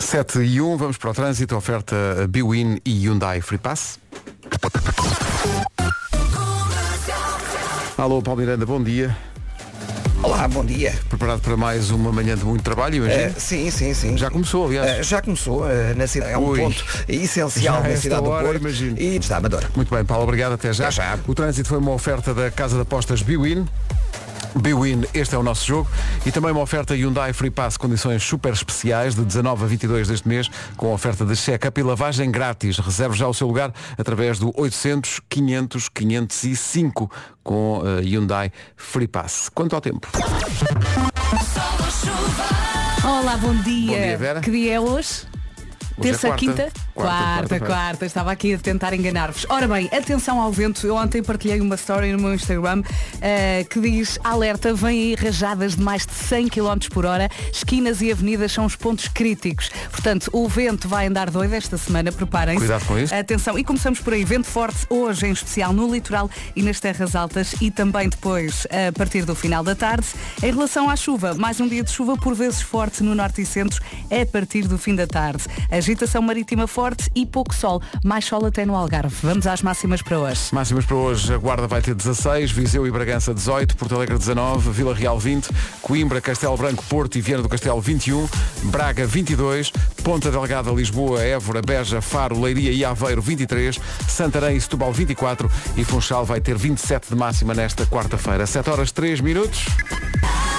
7 e 1, vamos para o trânsito, oferta Biwin e Hyundai Free Pass. Alô, Paulo Miranda, bom dia. Olá, bom dia. Preparado para mais uma manhã de muito trabalho, Eh, É. imagino? sim, sim, sim. Já começou, aliás. Eh, já começou eh, na cidade, é um Ui. ponto essencial Já a na esta cidade do hora, Porto imagino. e está Amadora. Muito bem, Paulo, obrigado, até já. Até já. O trânsito foi uma oferta da Casa de Apostas Biwin. Biwin, este é o nosso jogo. E também uma oferta Hyundai Free Pass, condições super especiais, de 19 a 22 deste mês, com oferta de check-up e lavagem grátis. Reserve já o seu lugar através do 800 500 505 com eh, Hyundai Free Pass. Quanto ao tempo? Olá, bom dia. Bom dia, Vera. Que dia é hoje? Hoje é Terça, quarta. quinta? Quarta, Quarta, quarta-feira. quarta, Estava aqui a tentar enganar-vos. Ora bem, atenção ao vento. Eu ontem partilhei uma story no meu Instagram eh, que diz alerta, vêm aí rajadas de mais de 100 km por hora. Esquinas e avenidas são os pontos críticos. Portanto, o vento vai andar doido esta semana. Preparem-se. Cuidado com isso. Atenção, e começamos por aí. Vento forte hoje, em especial no litoral e nas terras altas e também depois, a partir do final da tarde. Em relação à chuva, mais um dia de chuva por vezes forte no norte e centro é a partir do fim da tarde. Agitação marítima forte e pouco sol. Mais sol até no Algarve. Vamos às máximas para hoje. Máximas para hoje, a Guarda vai ter 16, Viseu e Bragança 18, Porto Alegre 19, Vila Real 20, Coimbra, Castelo Branco, Porto e Viana do Castelo 21, Braga 22, Ponta Delgada, Lisboa, Évora, Beja, Faro, Leiria e Aveiro 23, Santarém e Setúbal 24 e Funchal vai ter 27 de máxima nesta quarta-feira. 7 horas 3 minutos.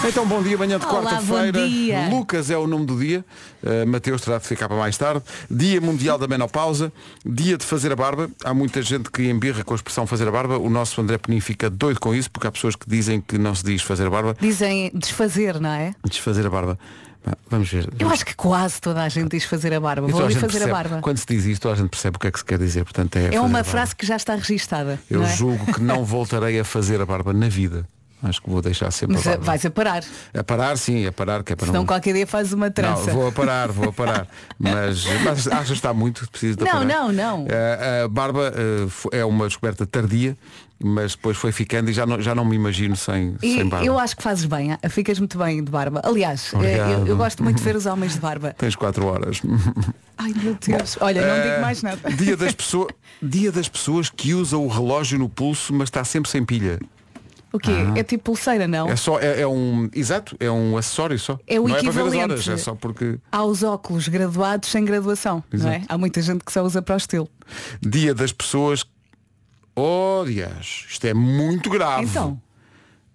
Então, bom dia, manhã de Olá, quarta-feira. bom dia. Lucas é o nome do dia. Uh, Mateus terá de ficar para mais tarde. Dia Mundial da Menopausa. Dia de fazer a barba. Há muita gente que embirra com a expressão fazer a barba. O nosso André Penin fica doido com isso, porque há pessoas que dizem que não se diz fazer a barba. Dizem desfazer, não é? Desfazer a barba. Pá, Vamos ver. Eu acho que quase toda a gente diz fazer a barba. E Vou toda a ali gente fazer a percebe. barba. Quando se diz isto, toda a gente percebe o que é que se quer dizer. Portanto, é fazer É a uma barba. frase que já está registada. Eu não é? julgo que não voltarei a fazer a barba na vida. Acho que vou deixar sempre Mas a eh, barba. vais a parar. A parar, sim, a parar, que é para Senão não... qualquer dia fazes uma Não, trança. vou a parar, vou a parar. mas, mas achas que está muito? Preciso de Não, parar. não, não. Eh, a barba eh, fo- é uma descoberta tardia, mas depois foi ficando e já não, já não me imagino sem, E sem barba. eu acho que fazes bem, ah, ficas muito bem de barba. Aliás, eh, Obrigado. eu, eu gosto muito de ver os homens de barba. Tens 4 horas. Ai meu Deus, olha, não Eh, digo mais nada. Dia das, pessoa, dia das pessoas que usam o relógio no pulso, mas está sempre sem pilha. O quê? É tipo pulseira, não? É só, é, é um. Exato, é um acessório só. É o não é para ver as equivalente. horas, é só porque. Há os óculos graduados sem graduação, não é? Exato. Há muita gente que só usa para o estilo. Dia das pessoas. Oh, Dias, isto é muito grave. Então,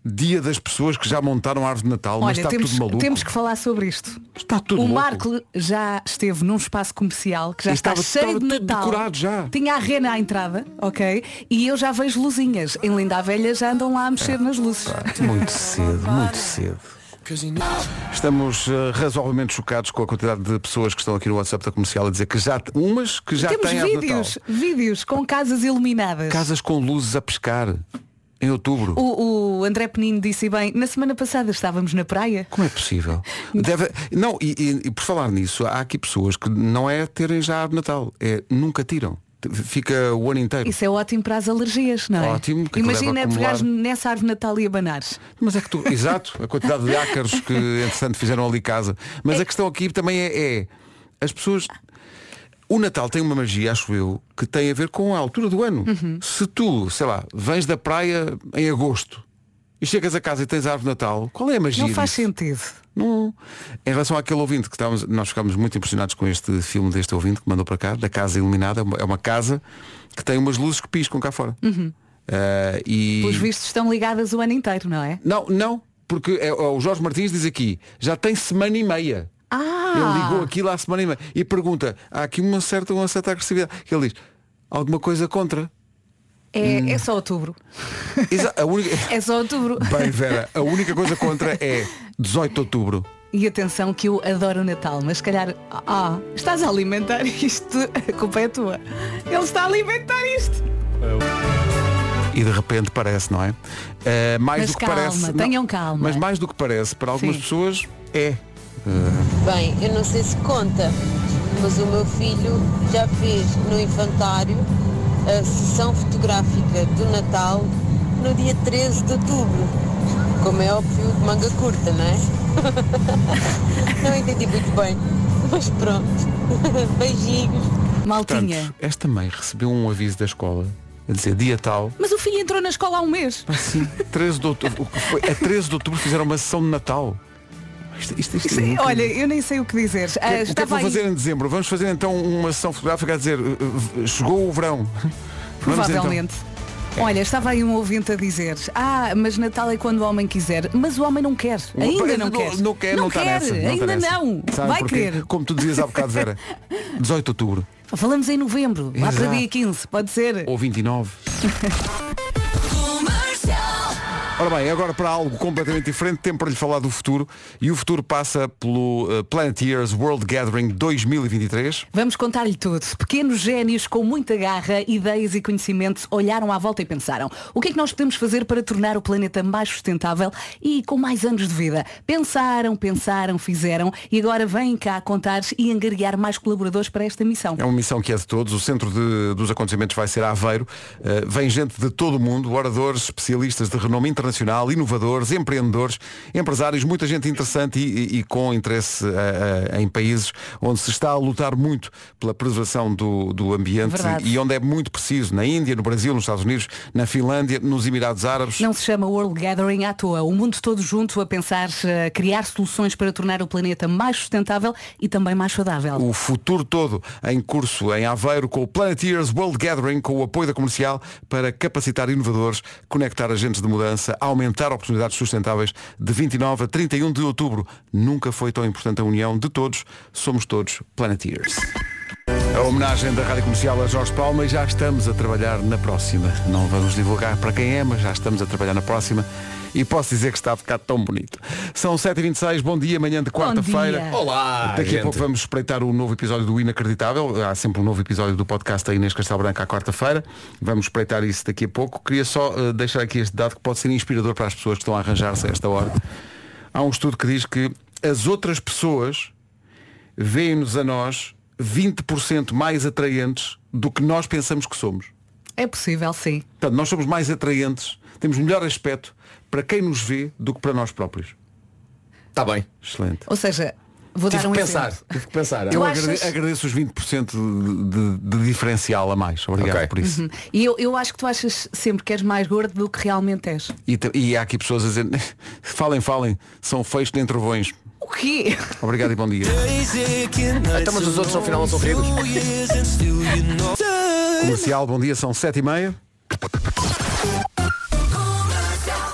Dia das pessoas que já montaram a árvore de Natal, mas olha, está temos, tudo maluco. temos que falar sobre isto. Está tudo o louco. Marco já esteve num espaço comercial que já E está estava- cheio estava de tudo Natal. decorado já. Tinha a rena à entrada, ok? E eu já vejo luzinhas. Em Linda a Velha já andam lá a mexer nas luzes. Muito cedo, muito cedo. Estamos eh, razoavelmente chocados com a quantidade de pessoas que estão aqui no WhatsApp da comercial a dizer que já umas que já Temos têm árvore de vídeos, Natal. vídeos com casas iluminadas. Casas com luzes a pescar em outubro. O, o André Penino disse bem, na semana passada estávamos na praia. Como é possível? Deve... Não, e, e- e por falar nisso, há aqui pessoas que não é terem já árvore de Natal, é nunca tiram. Fica o ano inteiro. Isso é ótimo para as alergias, não é? Ótimo, que leva Imagina a é acumular. pegares nessa árvore de Natal e abanares. Mas é que tu, exato, a quantidade de ácaros que entretanto fizeram ali casa. Mas a questão aqui também é, é, as pessoas. O Natal tem uma magia, acho eu, que tem a ver com a altura do ano. Se tu, sei lá, vens da praia em agosto e chegas a casa e tens a árvore de Natal, qual é a magia? Não faz disso? sentido. Não. Em relação àquele ouvinte que estávamos, nós ficámos muito impressionados com este filme deste ouvinte que mandou para cá, da Casa Iluminada, é uma, é uma casa que tem umas luzes que piscam cá fora. Ah, e... Os vistos estão ligadas o ano inteiro, não é? Não, não, porque é, é, o Jorge Martins diz aqui, já tem semana e meia. Ah! Ele ligou aquilo há semana e meia e pergunta, há aqui uma certa, uma certa agressividade. Ele diz, alguma coisa contra? É, Hum. é só outubro. Exa- a única... É só outubro. Bem, Vera, a única coisa contra é 18 de outubro. E atenção que eu adoro o Natal, mas se calhar, ah, estás a alimentar isto, a culpa é tua. Ele está a alimentar isto. E de repente parece, não é? Eh, mais Mas do que calma, parece. não, tenham calma. Mas mais do que parece, para algumas Sim. pessoas é. Bem, eu não sei se conta, mas o meu filho já fez no infantário a sessão fotográfica do Natal no dia 13 de outubro. Como é óbvio, de manga curta, não é? Não entendi muito bem, Mas pronto. Beijinhos. Maltinha. Portanto, esta mãe recebeu um aviso da escola a dizer dia tal. Mas o filho entrou na escola há um mês. Sim, 13 Assim, de outubro. o que foi? A 13 de outubro fizeram uma sessão de Natal. Isto, isto, isto, Sim, nunca- é- olha, eu nem sei o que dizer. O que, Ah, é- o que é que estava vão aí- fazer em dezembro? Vamos fazer então uma sessão fotográfica a dizer uh, uh, chegou o verão. Vamos, então. Provavelmente. Olha, estava aí um ouvinte a dizer Ah, mas Natal é quando o homem quiser Mas o homem não quer, O- ainda não, não quer Não quer, não, está nessa. está ainda nessa. não Sabe Vai porquê? querer Como tu dizias há bocado, Vera, 18 de outubro Falamos em novembro, lá para Exato. dia 15, pode ser ou 29. Ora bem, agora para algo completamente diferente, tempo para lhe falar do futuro e o futuro passa pelo uh, Planeteers World Gathering 2023. Vamos contar-lhe tudo. Pequenos génios com muita garra, ideias e conhecimento olharam à volta e pensaram o que é que nós podemos fazer para tornar o planeta mais sustentável e com mais anos de vida. Pensaram, pensaram, fizeram e agora vêm cá contar e angariar mais colaboradores para esta missão. É uma missão que é de todos. O centro de- dos acontecimentos vai ser Aveiro. Uh, vem gente de todo o mundo, oradores, especialistas de renome internacional, inovadores, empreendedores, empresários, muita gente interessante e, e- e com interesse uh, uh, em países onde se está a lutar muito pela preservação do, do ambiente Verdade. e onde é muito preciso, na Índia, no Brasil, nos Estados Unidos, na Finlândia, nos Emirados Árabes. Não se chama World Gathering à toa. O mundo todo junto a pensar, a criar soluções para tornar o planeta mais sustentável e também mais saudável. O futuro todo em curso em Aveiro com o Planeteers World Gathering, com o apoio da comercial para capacitar inovadores, conectar agentes de mudança, aumentar oportunidades sustentáveis de 29 a 31 de outubro. Nunca foi tão importante a união de todos. Somos todos Planeteers. A homenagem da Rádio Comercial a Jorge Palma e já estamos a trabalhar na próxima. Não vamos divulgar para quem é, mas já estamos a trabalhar na próxima. E posso dizer que está a ficar tão bonito. São 7h26, bom dia, manhã de quarta-feira. dia. Olá, Daqui a gente. pouco vamos espreitar o novo episódio do Inacreditável. Há sempre um novo episódio do podcast da Inês Castelo Branco à quarta-feira. Vamos espreitar isso daqui a pouco. Queria só eh, deixar aqui este dado que pode ser inspirador para as pessoas que estão a arranjar-se a esta hora. Há um estudo que diz que as outras pessoas veem-nos a nós 20% mais atraentes do que nós pensamos que somos. É possível, sim. Portanto, nós somos mais atraentes, temos melhor aspecto para quem nos vê do que para nós próprios. Está bem. Excelente. Ou seja, vou Tive dar um que pensar. exemplo. Tive que pensar. Eu Tu agrade- achas- agradeço os 20% de, de- de diferencial a mais. Obrigado Ok. por isso. E eu, eu acho que tu achas sempre que és mais gordo do que realmente és. E, te- e há aqui pessoas a dizer, falem, falem, são feios que nem trovões. O quê? Obrigado e bom dia. Então, mas os outros no final não são queridos. Comercial, bom dia, são 7 e meia.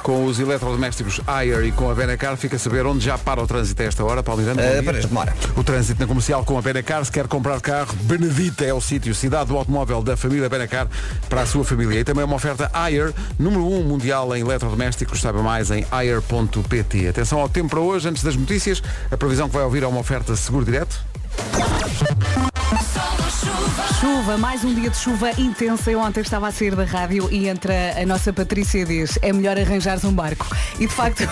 Com os eletrodomésticos Ayer e com a Benacar, fica a saber onde já para o trânsito a esta hora, Paulo Miranda. Eh, bom Ah, dia. para, demora. O trânsito na comercial com a Benacar, se quer comprar carro, Benedita é o sítio, cidade do automóvel da família Benacar para a sua família. E também uma oferta Ayer, número 1 mundial em eletrodomésticos, saiba mais em ayer.pt. Atenção ao tempo para hoje, antes das notícias, a previsão que vai ouvir é uma oferta seguro direto. Chuva, mais um dia de chuva intensa. Eu ontem estava a sair da rádio e entra a nossa Patrícia e diz é melhor arranjares um barco. E de facto,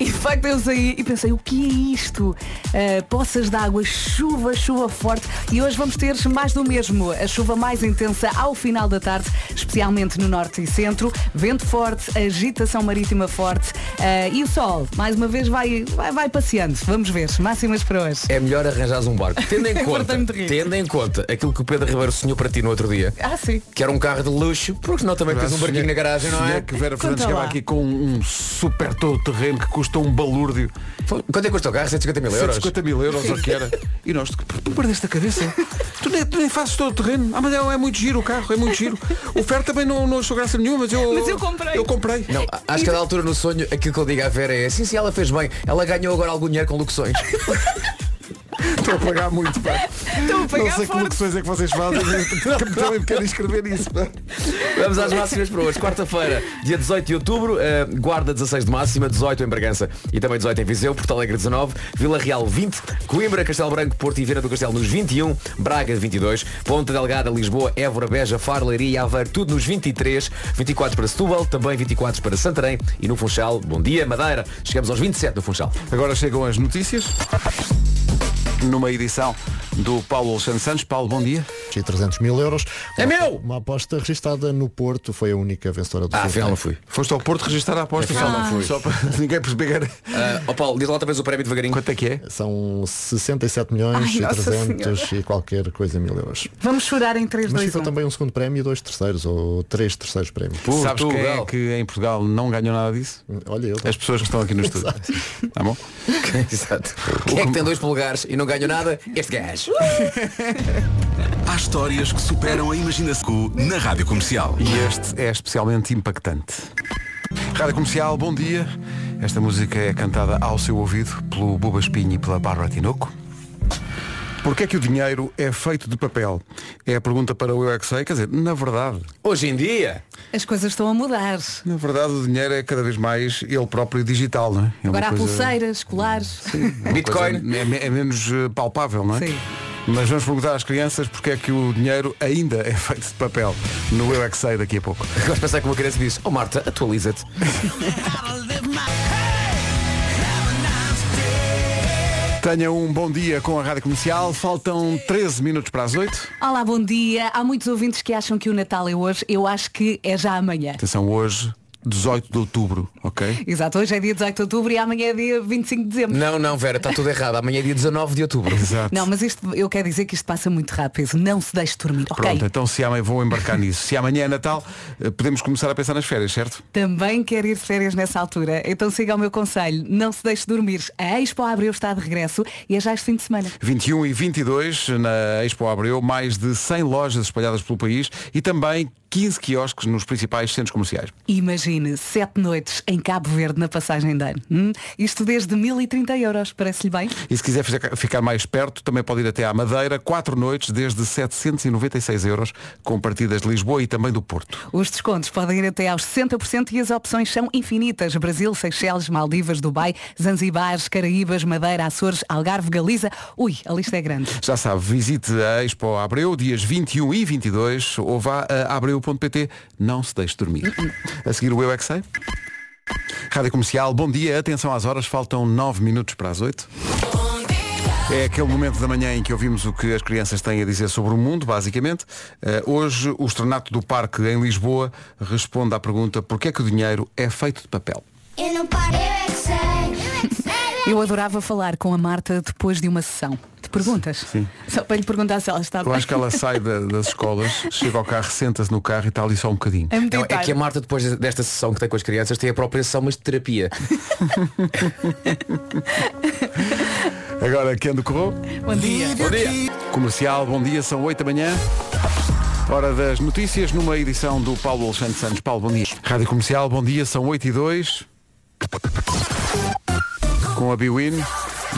e de facto eu saí e pensei, o que é isto? Ah, poças de água, chuva, chuva forte. E hoje vamos ter mais do mesmo. A chuva mais intensa ao final da tarde, especialmente no norte e centro. Vento forte, agitação marítima forte. ah, e o sol, mais uma vez, vai, vai, vai passeando. Vamos ver. Máximas para hoje. É melhor arranjares um barco. Tendo em conta, Fartei-me de rir. tendo em conta aquilo que o Pedro Ribeiro sonhou para ti no outro dia, Ah, sim. que era um carro de luxo, porque não também tens um barquinho na garagem, não Sonhei é? que Vera Conta Fernandes chegava lá. aqui com um super todo terreno que custa um balúrdio. Quanto é que custa o carro? 150 mil euros? 150 mil euros, ou o que era. E nós, tu, tu perdeste a cabeça. Tu nem, tu nem fazes todo o terreno. Ah, mas é, é muito giro o carro, é muito giro. O Fer também não, não achou graça nenhuma, mas eu, Mas eu comprei. Eu comprei. Não, acho que a da altura no sonho aquilo que eu digo à Vera é assim, se ela fez bem, ela ganhou agora algum dinheiro com locuções. Estou a pagar muito, pá. Estou a Não pagar sei que forte. locuções é que vocês fazem. mas Também quero escrever isso. pá. Vamos às máximas para hoje. Quarta-feira, dia 18 de outubro, eh, Guarda 16 de máxima, 18 em Bragança e também 18 em Viseu, Porto Alegre 19, Vila Real 20, Coimbra, Castelo Branco, Porto e Viana do Castelo nos 21, Braga 22, Ponta Delgada, Lisboa, Évora, Beja, Faro, Leiria e Aveiro, tudo nos 23, 24 para Setúbal, também 24 para Santarém e no Funchal, bom dia, Madeira, chegamos aos 27 no Funchal. Agora chegam as notícias. Numa edição do Paulo Alexandre Santos. Paulo, bom dia. e 300 mil euros. É Uma- meu! Uma aposta registada no Porto, foi a única vencedora do Ah, sorteio. afinal não fui. Foste ao Porto registrar a aposta. Afinal, Ah. não fui. É Só para ninguém perceber Ah, ó Paulo, diz lá talvez o prémio devagarinho. quanto é que é. São 67 milhões Ai, e Nossa 300 e qualquer coisa mil euros. Vamos chorar em 3, Mas 2, ficou 1. também um segundo prémio e dois terceiros, ou três terceiros prémios. Sabes quem é Portugal. que em Portugal não ganhou nada disso? Olha eu. As pessoas que estão aqui no estúdio. Tá bom? Exato. Quem é que tem dois polegares e não ganhou nada? Este gajo. Há histórias que superam a imaginação na Rádio Comercial. E este é especialmente impactante. Rádio Comercial, bom dia. Esta música é cantada ao seu ouvido pelo Buba Espinho e pela Bárbara Tinoco. Porquê é que o dinheiro é feito de papel? É a pergunta para o Eu é que sei. Quer dizer, na verdade, Hoje em dia. As coisas estão a mudar. na verdade o dinheiro é cada vez mais ele próprio digital, não é? é uma Agora há coisa- pulseiras, colares. uma Bitcoin. coisa- é, me- é menos eh, palpável, não é? Sim. Mas vamos perguntar às crianças porque é que o dinheiro ainda é feito de papel no Eu é que sei daqui a pouco. Gosto de pensar que uma criança diz, oh Marta, atualiza-te. Tenha um bom dia com a Rádio Comercial. Faltam 13 minutos para as 8. Olá, bom dia. Há muitos ouvintes que acham que o Natal é hoje. Eu acho que é já amanhã. Atenção, hoje, 18 de outubro, ok? Exato, hoje é dia 18 de outubro e amanhã é dia 25 de dezembro. Não, não, Vera, está tudo errado. Amanhã é dia 19 de outubro. Exato. Não, mas isto, eu quero dizer que isto passa muito rápido. Não se deixe dormir, ok? Pronto, então se amanhã vou embarcar nisso. Se amanhã é Natal, eh, podemos começar a pensar nas férias, certo? Também quero ir de férias nessa altura. Então siga o meu conselho. Não se deixe dormir. A Expo Abreu está de regresso e é já este fim de semana. 21 e 22 na Expo Abreu, mais de 100 lojas espalhadas pelo país e também 15 quiosques nos principais centros comerciais. Imagine, sete noites em Cabo Verde na passagem de ano. Hum? Isto desde 1030 euros. Parece-lhe bem? E se quiser fica- ficar mais perto, também pode ir até à Madeira, quatro noites desde 796 euros, com partidas de Lisboa e também do Porto. Os descontos podem ir até aos 60% e as opções são infinitas. Brasil, Seychelles, Maldivas, Dubai, Zanzibar, Caraíbas, Madeira, Açores, Algarve, Galiza. Ui, a lista é grande. Já sabe, visite a Expo Abreu dias 21 e 22 ou vá a abreu.pt. Não se deixe dormir. A seguir o Eu É Que Sei. Rádio Comercial, bom dia. Atenção às horas, faltam 9 minutos para as 8. É aquele momento da manhã em que ouvimos o que as crianças têm a dizer sobre o mundo, basicamente. Eh, hoje, o Estornato do Parque em Lisboa responde à pergunta porquê é que o dinheiro é feito de papel. Eu não paro. Eu é que sei. Eu é que sei. Eu adorava falar com a Marta depois de uma sessão de perguntas. Sim. Só para lhe perguntar se ela está Eu bem. acho que ela sai da- das escolas, chega ao carro, senta-se no carro e está ali só um bocadinho. A Não, meditar. é que a Marta, depois desta sessão que tem com as crianças, tem a própria sessão, mas de terapia. Agora, Kendo Corrou. Bom dia. Bom dia. Comercial, bom dia, são 8 da manhã. Hora das notícias numa edição do Paulo Alexandre Santos. Paulo, bom dia. Rádio Comercial, bom dia, são 8 e 2. Com a Biwin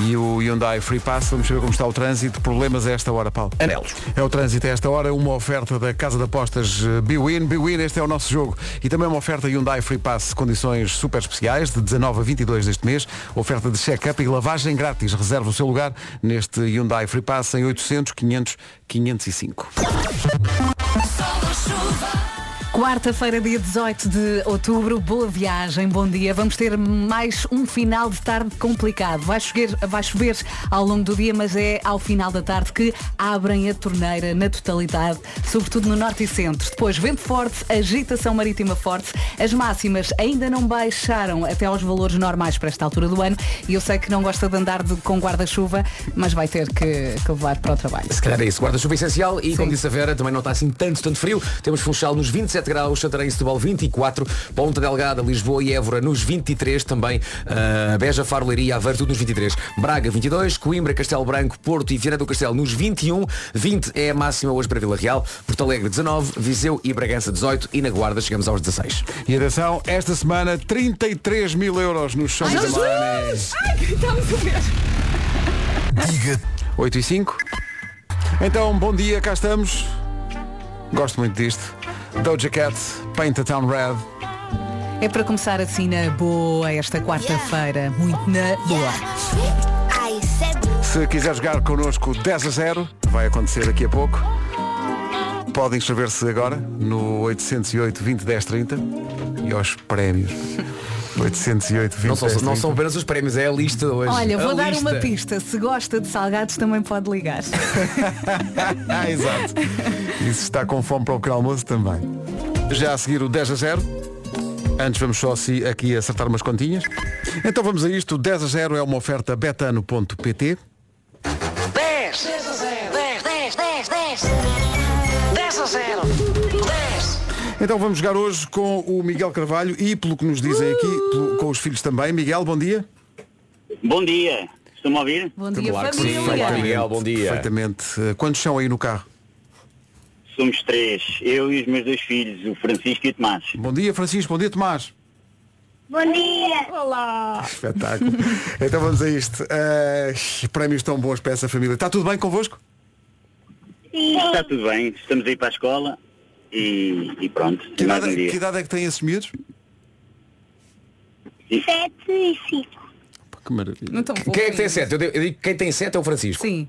e o Hyundai Free Pass, vamos saber como está o trânsito. Problemas a esta hora, Paulo. Anelos. É o trânsito a esta hora, uma oferta da Casa de Apostas eh, Biwin. Biwin, este é o nosso jogo. E também uma oferta Hyundai Free Pass, condições super especiais, de 19 a 22 deste mês. Oferta de check-up e lavagem grátis. Reserve o seu lugar neste Hyundai Free Pass em 800 500 505. Quarta-feira, dia 18 de outubro, boa viagem, bom dia. Vamos ter mais um final de tarde complicado. Vai chover, vai chover ao longo do dia, mas é ao final da tarde que abrem a torneira na totalidade, sobretudo no norte e centro. Depois, vento forte, agitação marítima forte. As máximas ainda não baixaram até aos valores normais para esta altura do ano. E eu sei que não gosta de andar de- com guarda-chuva, mas vai ter que, que levar para o trabalho. Se calhar é isso. Guarda-chuva essencial e, como Sim. disse a Vera, também não está assim tanto, tanto frio. Temos Funchal nos 27 graus, Santarém e Setúbal 24, Ponta Delgada, Lisboa e Évora nos 23 também, ah, Beja, Faro, Leiria, Aveiro, tudo nos 23, Braga 22, Coimbra, Castelo Branco, Porto e Viana do Castelo nos 21, 20 é a máxima hoje para Vila Real, Porto Alegre 19, Viseu e Bragança 18 e na Guarda chegamos aos 16. E atenção, esta semana 33 mil euros nos shows da Money. Ai, gritamos o mesmo! Diga 8 e 5. Então, bom dia, cá estamos. Gosto muito disto. Doja Cat, Paint a Town Red. É para começar assim na boa esta quarta-feira, muito na boa. é Ai, sete. Se quiser jogar connosco 10 a 0, vai acontecer daqui a pouco. Pode inscrever-se agora no 808 20 10 30 e aos prémios. 808, 20, Não são, 10, não 30. são apenas os prémios, é a lista hoje. Olha, A vou dar lista. uma pista. Se gosta de salgados, também pode ligar. Ah, exato. E se está com fome para o pequeno almoço também. Já a seguir o 10 a 0. Antes vamos só se aqui acertar umas continhas. Então vamos a isto. O 10 a 0 é uma oferta betano.pt. 10 10 10 10 10 10 a 0 10 Então vamos jogar hoje com o Miguel Carvalho e pelo que nos dizem aqui, pelo- com os filhos também. Miguel, bom dia. Bom dia, estão-me a ouvir? Bom dia, Claro que sim, família. claro. Miguel, bom dia. Perfeitamente. Eh, Quantos são aí no carro? Somos três, eu e os meus dois filhos, o Francisco e o Tomás. Bom dia, Francisco. Bom dia, Tomás. Bom dia. Espetáculo. então vamos a isto. Eh, prémios tão bons para essa família. Está tudo bem convosco? Está tudo bem, estamos aí para a escola e, e pronto, Que mais idade, um dia. que idade é que têm esses miúdos? Sete e cinco. Pá, Que maravilha. Não tão pouco. Quem é que tem 7? Eu digo eu digo que quem tem 7 é o Francisco. Sim.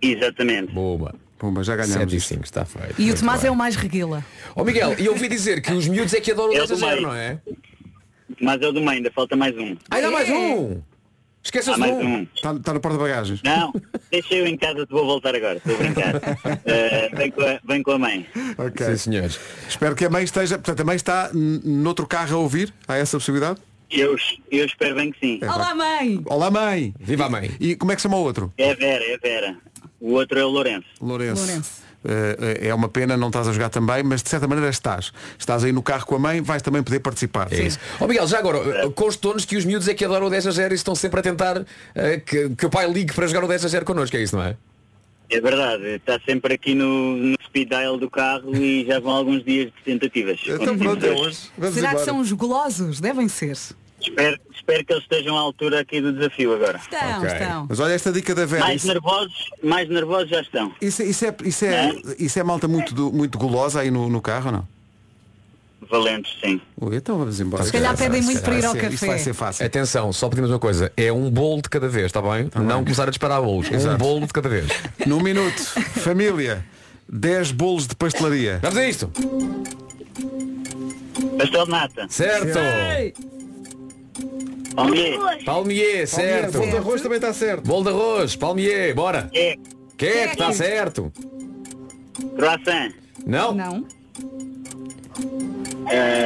Exatamente. Boa. Pumba, já ganhamos. 7 e isto. 5, está feito. E o Tomás é o mais reguila. Ó Miguel, e eu ouvi dizer que os miúdos é que adoram o É o 10 a 0, do meio. não é? Mas é o do meio, ainda falta mais um. Ah, Ainda há mais um! Há Esqueçam-se de mais um! um. Está, está Tá- no porta-bagagens. Não, deixa eu em casa, te vou voltar agora, estou a brincar. Eh, vem, com a, vem com a mãe. Ok. Sim, senhores. Espero que a mãe esteja. Portanto, a mãe está n- noutro carro a ouvir. Há essa possibilidade? Eu, eu espero bem que sim. É Olá, mãe! Olá, mãe! Viva a mãe! E como é que se chama o outro? É a Vera, é a Vera. O outro é o Lourenço. Lourenço. Lourenço. Eh, eh, é uma pena, não estás a jogar também, mas de certa maneira estás. Estás aí no carro com a mãe, vais também poder participar. É isso. Ó Miguel, já agora, com os tonos que os miúdos é que adoram o 10 a 0 e estão sempre a tentar eh, que, que o pai ligue para jogar o 10 a 0 connosco, é isso, não é? É verdade, está sempre aqui no, no speed dial do carro e já vão alguns dias de tentativas. Então pronto, é hoje. Vamos Será que embora. são os golosos? Devem ser. Espero, espero que eles estejam à altura aqui do desafio agora. Estão, Ok. estão. Mas olha esta dica da Vera. Mais Isso, nervosos, mais nervosos já estão. isso, isso é, isso, é, isso é malta muito, do- muito gulosa aí no, no carro, ou não? Valentes, sim. Ui, Então vamos embora. Se calhar Isto vai pedem ser- muito para ir ao Isto vai café. ser fácil. Atenção, só pedimos uma coisa, é um bolo de cada vez, está bem? não começar a disparar bolos, um Tá Exato. bolo de cada vez. Num minuto, família, 10 bolos de pastelaria. Vamos a isto! Pastel de nata, Certo! omelete, Palmier, certo! Bolo de arroz também está certo. Bolo de arroz, palmier, bora! é, Queque, está tá certo! croissant, Não? Não?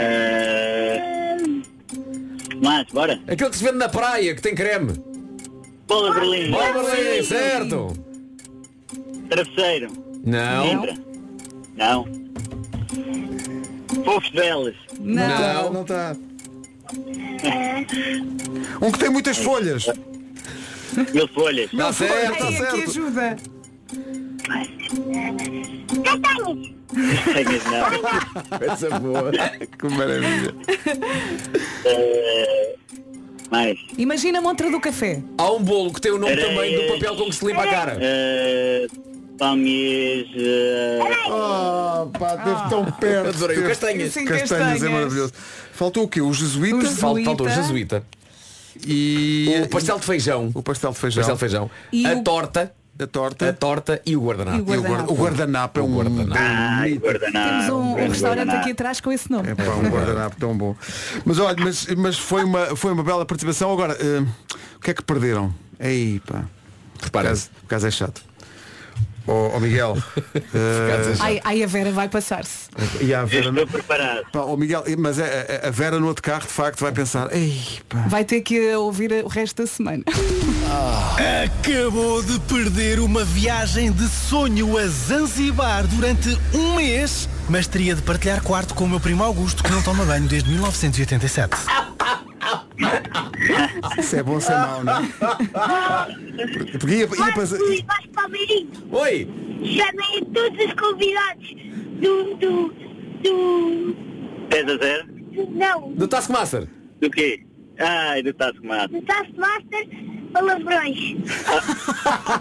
eh, mais, bora. Aquele que se vende na praia, que tem creme. Bola de Berlim, Bora, Berlim, sim. certo? travesseiro, Não. Sintra. Não. Fofos de velas, Não. Não. tá. não está. Um que tem muitas folhas. mil folhas, Está certo, Ei, está aqui certo. ajuda. Castanhas. senhas não. Essa boa. Que maravilha. Eh, mais, Imagina a montra do café. Há um bolo que tem o nome Era também do este. papel com que se limpa a cara. eh, palmiers, eh, Oh, pá, teve tão perto. Ah. Adorei o Teve- castanhas. Sim, Castanhas, castanhas. é maravilhoso. Faltou o quê? O jesuíta Os- Fal- Jesuíta. Faltou o jesuíta. e O pastel de feijão. o pastel de feijão. Pastel de feijão. E A o- torta. A A torta. torta e o E o guardanapo. E o, guarda- o guardanapo é um guardanapo. ai, bonito. guardanapo. Temos um, um Ah, grande restaurante guardanapo. aqui atrás com esse nome. É pá, um guardanapo tão bom. Mas olha, mas, mas foi, uma, foi uma bela participação. Agora, eh, o que é que perderam? Ei, pá. O Repara-se. caso, o caso é chato. Ó ó, Miguel. eh, Ai, ai, a Vera vai passar-se. e a Eu Vera. estou preparado. Pá, ó, Miguel, eh, mas é- a, a Vera no outro carro de facto vai pensar, ei pá. Vai ter que ouvir o resto da semana. Acabou de perder uma viagem de sonho a Zanzibar durante um mês, mas teria de partilhar quarto com o meu primo Augusto, que não toma banho desde 1987. Se é bom, se é mau, não é? Porque ia, ia passar- Vasco e Vasco Palmeirinho. Oi! Chamei todos os convidados do... do... do... 10 a 0? do- não. Do Taskmaster. Do quê? Ai, do Tascomado. Do Taskmaster Palavrões.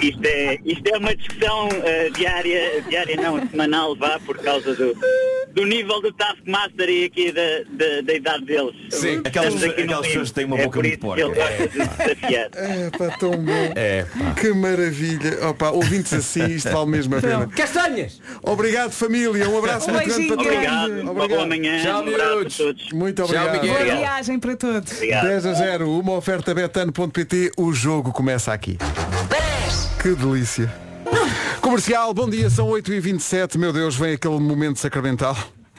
Isto é, isto é uma discussão eh, diária, diária não, semanal, vá, por causa do, do nível do Taskmaster e aqui da, da, da idade deles. Sim, aquelas- Estamos aqui no aquelas limbo. pessoas que têm uma é boca por muito isso que Ele porca. gosta de se desafiar. É pá, tão bom. É. Que maravilha. Opa, ouvintes assim, isto vale mesmo a pena. Castanhas! Obrigado, família. Um abraço Um muito grande beijinho para todos. Obrigado, uma boa manhã, Tchau, um abraço miúdos. a todos. Muito Tchau, obrigado. Miguel. Boa Obrigado. viagem para todos. Obrigado. 10 a 0, uma oferta betano.pt, o jogo começa aqui. Que delícia. Comercial, bom dia, são 8h27, meu Deus, vem aquele momento sacramental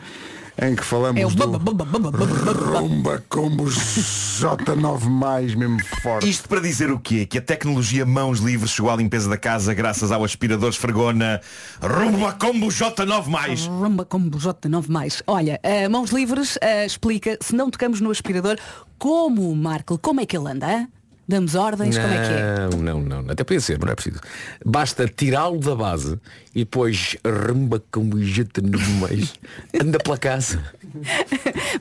em que falamos É o do bamba, bamba, bamba, bamba, bamba. rumba como J9+, mesmo forte. Isto para dizer o quê? Que a tecnologia mãos livres chegou à limpeza da casa graças ao aspirador esfregona Rumba Combo J9+. Rumba com J9 mais. Olha, eh, mãos livres eh, explica, se não tocamos no aspirador, como o Marco, como é que ele anda? hã? Damos ordens, como é que é? Não, não, não, não. Até podia ser, mas não é preciso. Basta tirá-lo da base e depois rumba com o jeito no meio. Anda pela casa.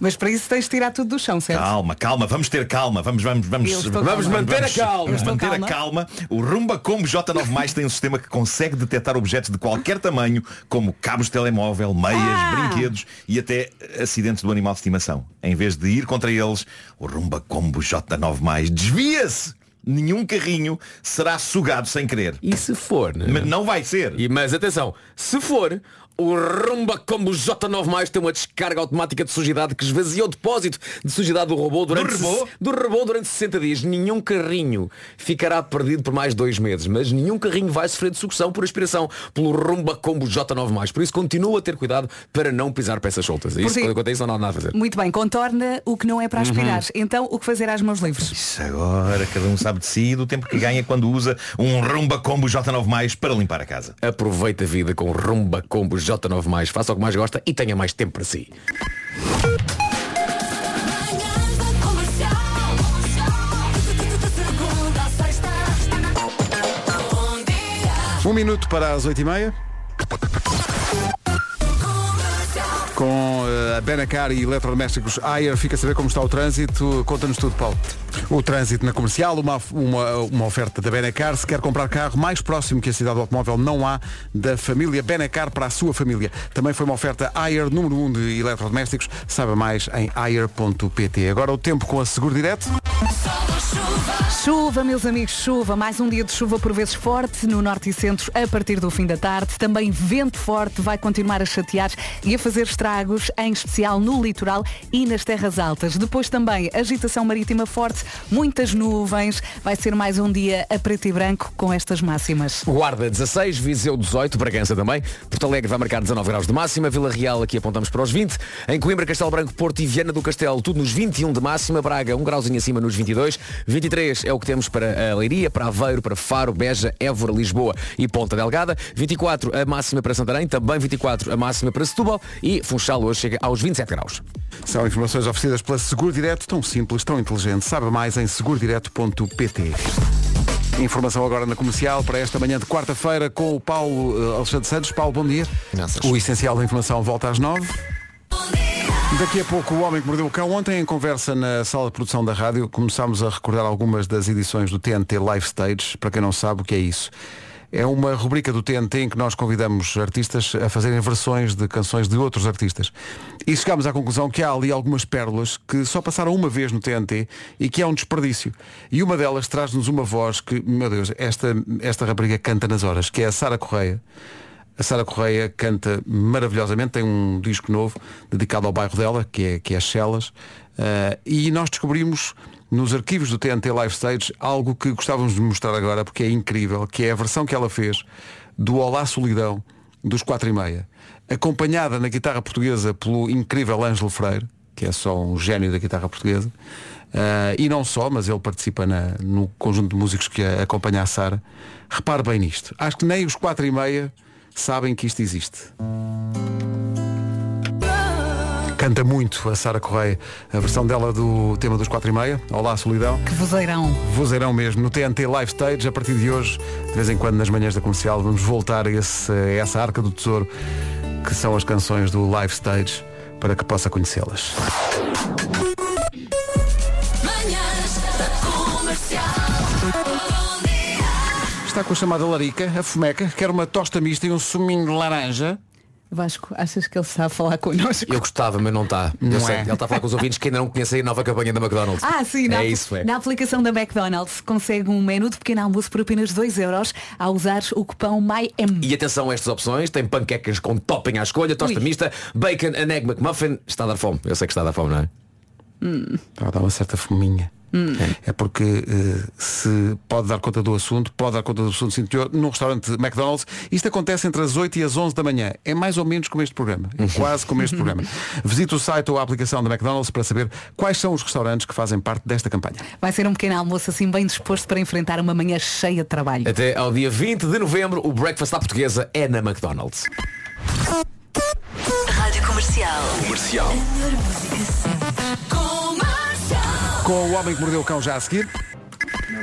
Mas para isso tens de tirar tudo do chão, certo? Calma, calma, vamos ter calma, vamos, vamos, vamos. Eu estou Vamos calma. manter a calma. Vamos estou manter calma. a calma. O Rumba Combo J9 tem um sistema que consegue detectar objetos de qualquer tamanho, como cabos de telemóvel, meias, Ah! brinquedos e até acidentes do animal de estimação. Em vez de ir contra eles, o Rumba Combo J9 desvia-se. Nenhum carrinho será sugado sem querer. E se for, né? Mas não vai ser. E, mas atenção, se for, o Rumba Combo J9 mais tem uma descarga automática de sujidade que esvazia o depósito de sujidade do robô durante, robô? do robô durante 60 dias. Nenhum carrinho ficará perdido por mais dois meses, mas nenhum carrinho vai sofrer de sucção por aspiração pelo Rumba Combo J9 mais. Por isso continua a ter cuidado para não pisar peças soltas. Isso, Porque- quando quanto a isso não há nada a fazer. Muito bem, contorna o que não é para aspirar. Então, o que fazer às mãos livres? Isso agora, cada um sabe de si e do tempo que ganha quando usa um Rumba Combo J9 para limpar a casa. Aproveite a vida com Rumba Combo J9 mais. Faça o que mais gosta e tenha mais tempo para si. Um minuto para as 8h30. Com eh, a Benacar e Eletrodomésticos Ayer, fica a saber como está o trânsito. Conta-nos tudo, Paulo. O trânsito na comercial, uma, uma, uma oferta da Benacar. Se quer comprar carro mais próximo que a cidade do automóvel, não há da família Benacar para a sua família. Também foi uma oferta Ayer, número 1 de eletrodomésticos. Saiba mais em ayer.pt. Agora o tempo com a Seguro Direto. Chuva, meus amigos, chuva. Mais um dia de chuva por vezes forte no norte e centro a partir do fim da tarde. Também vento forte vai continuar a chatear e a fazer estragos, em especial no litoral e nas terras altas. Depois também agitação marítima forte, muitas nuvens. Vai ser mais um dia a preto e branco com estas máximas. Guarda 16, Viseu 18, Bragança também. Porto Alegre vai marcar 19 graus de máxima, Vila Real aqui apontamos para os 20, em Coimbra, Castelo Branco, Porto e Viana do Castelo, tudo nos 21 de máxima, Braga um grauzinho acima nos 22, 23 é o que temos para a Leiria, para Aveiro, para Faro, Beja, Évora, Lisboa e Ponta Delgada, 24 a máxima para Santarém, também 24 a máxima para Setúbal e Funchal hoje chega aos 27 graus. São informações oferecidas pela Seguro Direto, tão simples, tão inteligente. Saiba mais em segurodireto.pt. Informação agora na comercial para esta manhã de quarta-feira com o Paulo eh, Alexandre Santos. Paulo, bom dia. Graças. O essencial da informação volta às nove. Daqui a pouco o Homem que Mordeu o Cão. Ontem, em conversa na sala de produção da rádio, começámos a recordar algumas das edições do TNT Live Stage. Para quem não sabe o que é isso. É uma rubrica do TNT em que nós convidamos artistas a fazerem versões de canções de outros artistas. E chegámos à conclusão que há ali algumas pérolas que só passaram uma vez no TNT e que é um desperdício. E uma delas traz-nos uma voz que, meu Deus, esta, esta rapariga canta nas horas, que é a Sara Correia. A Sara Correia canta maravilhosamente, tem um disco novo dedicado ao bairro dela, que é, que é Chelas. Ah, e nós descobrimos nos arquivos do TNT Live Stage algo que gostávamos de mostrar agora, porque é incrível, que é a versão que ela fez do Olá Solidão dos 4 e meia, acompanhada na guitarra portuguesa pelo incrível Ângelo Freire, que é só um gênio da guitarra portuguesa. Ah, e não só, mas ele participa na- no conjunto de músicos que a- acompanha a Sara. Repare bem nisto. Acho que nem os 4 e meia sabem que isto existe. Canta muito a Sara Correia, a versão dela do tema dos 4 e meia, Olá Solidão. Que vozeirão. Vozeirão mesmo, no TNT Live Stage, a partir de hoje, de vez em quando nas manhãs da comercial, vamos voltar a, esse- a essa arca do tesouro, que são as canções do Live Stage, para que possa conhecê-las. Está com a chamada Larica, a Fumeca, quer uma tosta mista e um suminho de laranja. Vasco, achas que ele sabe falar connosco? Eu gostava, mas não está. Não Eu sei. é. Ele está a falar com os ouvintes que ainda não conhecem a nova campanha da McDonald's. Ah, sim, na, É apl- isso, é. na aplicação da McDonald's consegue um menu de pequeno almoço por apenas 2 euros ao usar o cupão MyM. E atenção a estas opções, tem panquecas com topping à escolha, tosta mista, bacon, an egg McMuffin, está a dar fome. Eu sei que está a dar fome, não é? Hum. Está a dar uma certa fominha. Hum. É porque eh, se pode dar conta do assunto, pode dar conta do assunto interior num restaurante McDonald's. Isto acontece entre as 8 e as 11 da manhã. É mais ou menos como este programa. É quase como este programa. Visite o site ou a aplicação da McDonald's para saber quais são os restaurantes que fazem parte desta campanha. Vai ser um pequeno almoço assim bem disposto para enfrentar uma manhã cheia de trabalho. Até ao dia 20 de novembro, o Breakfast à Portuguesa é na McDonald's. Rádio Comercial. Comercial. Com o Homem que Mordeu o Cão já a seguir.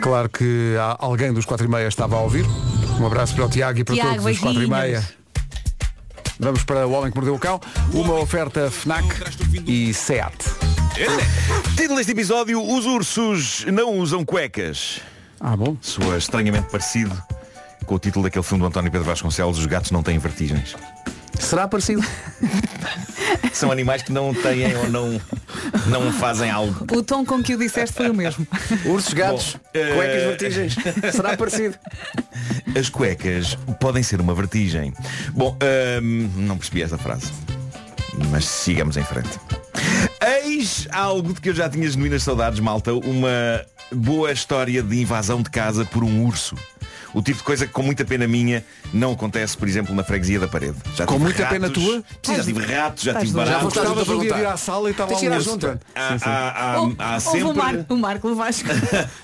Claro que há alguém dos 4 e meia estava a ouvir. Um abraço para o Tiago e para Tiago, todos os 4 e meia. beijinhos. Vamos para o Homem que Mordeu o Cão. Uma oferta FNAC e SEAT. Título deste episódio, os ursos não usam cuecas. Ah, bom. Soa estranhamente parecido com o título daquele filme do António Pedro Vasconcelos, Os Gatos Não Têm Vertigens. Será parecido? São animais que não têm ou não, não fazem algo. O tom com que o disseste foi o mesmo. Ursos, gatos, eh, cuecas, vertigens. Será parecido? As cuecas podem ser uma vertigem. Bom, hum, não percebi esta frase. Mas sigamos em frente. Eis algo de que eu já tinha genuínas saudades, malta. Uma boa história de invasão de casa por um urso. O tipo de coisa que com muita pena minha não acontece, por exemplo, na freguesia da parede. Já Com tive muita pena tua? Sim, já tive ratos, já Estás tive doido. Já voltaste a baratos. Gostavas um dia de ir à sala e está lá Tens de ir um à urso. junta. Há- Sim, sim. há- há- Ou- há ouve sempre... o, Marco, o Marco o Vasco.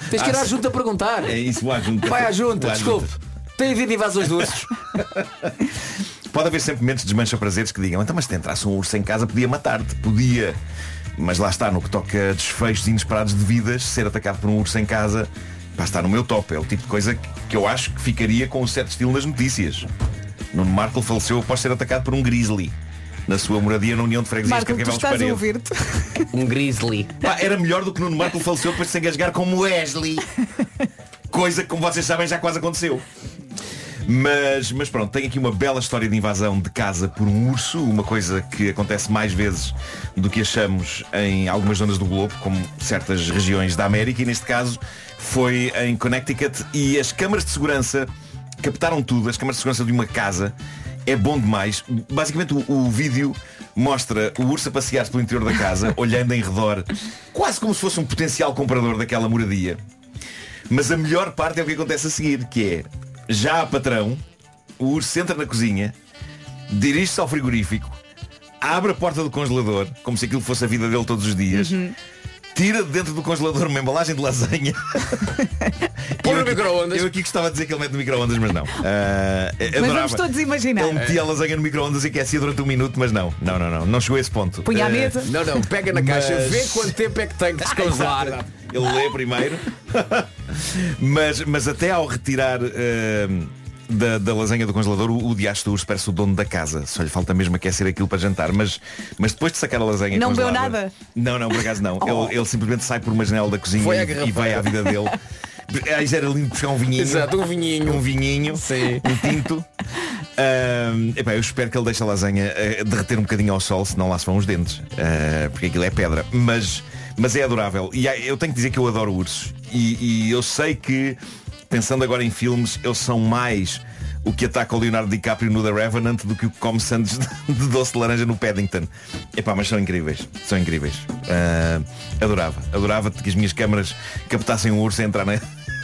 Tens que ir à junta perguntar. É isso, vou à junta. Vai à Vou junta, desculpe. Tem havido invasões de ursos. Pode haver sempre momentos de desmancha prazeres que digam, então mas se te entrasse um urso em casa podia matar-te, podia. Mas lá está, no que toca a desfechos inesperados de vidas, ser atacado por um urso em casa, pá, está no meu top. É o tipo de coisa que- que eu acho que ficaria com um certo estilo nas notícias. Nuno Marco faleceu após ser atacado por um grizzly na sua moradia na União de Freguesias Marco, de tu Carcavelos estás a Parede. ouvir-te. Um grizzly. Pá, era melhor do que Nuno Marco faleceu depois de se engasgar como Wesley. Coisa que, como vocês sabem, já quase aconteceu. Mas, mas pronto, tenho aqui uma bela história de invasão de casa por um urso, uma coisa que acontece mais vezes do que achamos em algumas zonas do globo, como certas regiões da América, e neste caso foi em Connecticut, e as câmaras de segurança captaram tudo, as câmaras de segurança de uma casa, é bom demais. Basicamente o, o vídeo mostra o urso a passear-se pelo interior da casa, olhando em redor, quase como se fosse um potencial comprador daquela moradia. Mas a melhor parte é o que acontece a seguir, que é já a patrão, o urso entra na cozinha, dirige-se ao frigorífico, abre a porta do congelador, como se aquilo fosse a vida dele todos os dias, Uhum. tira de dentro do congelador uma embalagem de lasanha. Põe no micro-ondas. Eu aqui gostava de dizer que ele mete no micro-ondas, mas não. Ah, Mas adorava. vamos todos imaginar. Ele metia a lasanha no micro-ondas e aquecia durante um minuto, mas não. Não, não, não. Não chegou a esse ponto. Põe à Eh, mesa. Não, não. Pega na caixa, vê quanto tempo é que tem que descongelar. Exato, exato. Ele lê primeiro. mas, mas até ao retirar eh, da, da lasanha do congelador, o, o diacho do urso parece o dono da casa. Só lhe falta mesmo aquecer aquilo para jantar. Mas, mas depois de sacar a lasanha Não bebeu congelada- nada? Não, não, por acaso não. Oh. Ele, ele simplesmente sai por uma janela da cozinha Foi à e, e garrafeira. vai à vida dele. Ah, Isso era lindo buscar um vinhinho. Exato, um vinhinho. Um vinhinho. Um tinto. Ahm, epá, eu espero que ele deixe a lasanha eh, derreter um bocadinho ao sol, senão lá se vão os dentes. Ah, porque aquilo é pedra. Mas, mas é adorável. E há- eu tenho que dizer que eu adoro ursos. E, e eu sei que, pensando agora em filmes, eles são mais o que ataca o Leonardo DiCaprio no The Revenant do que o que come sandes de de doce de laranja no Paddington. Epá, mas são incríveis. São incríveis. Ah, adorava. Adorava que as minhas câmaras captassem um urso a entrar na,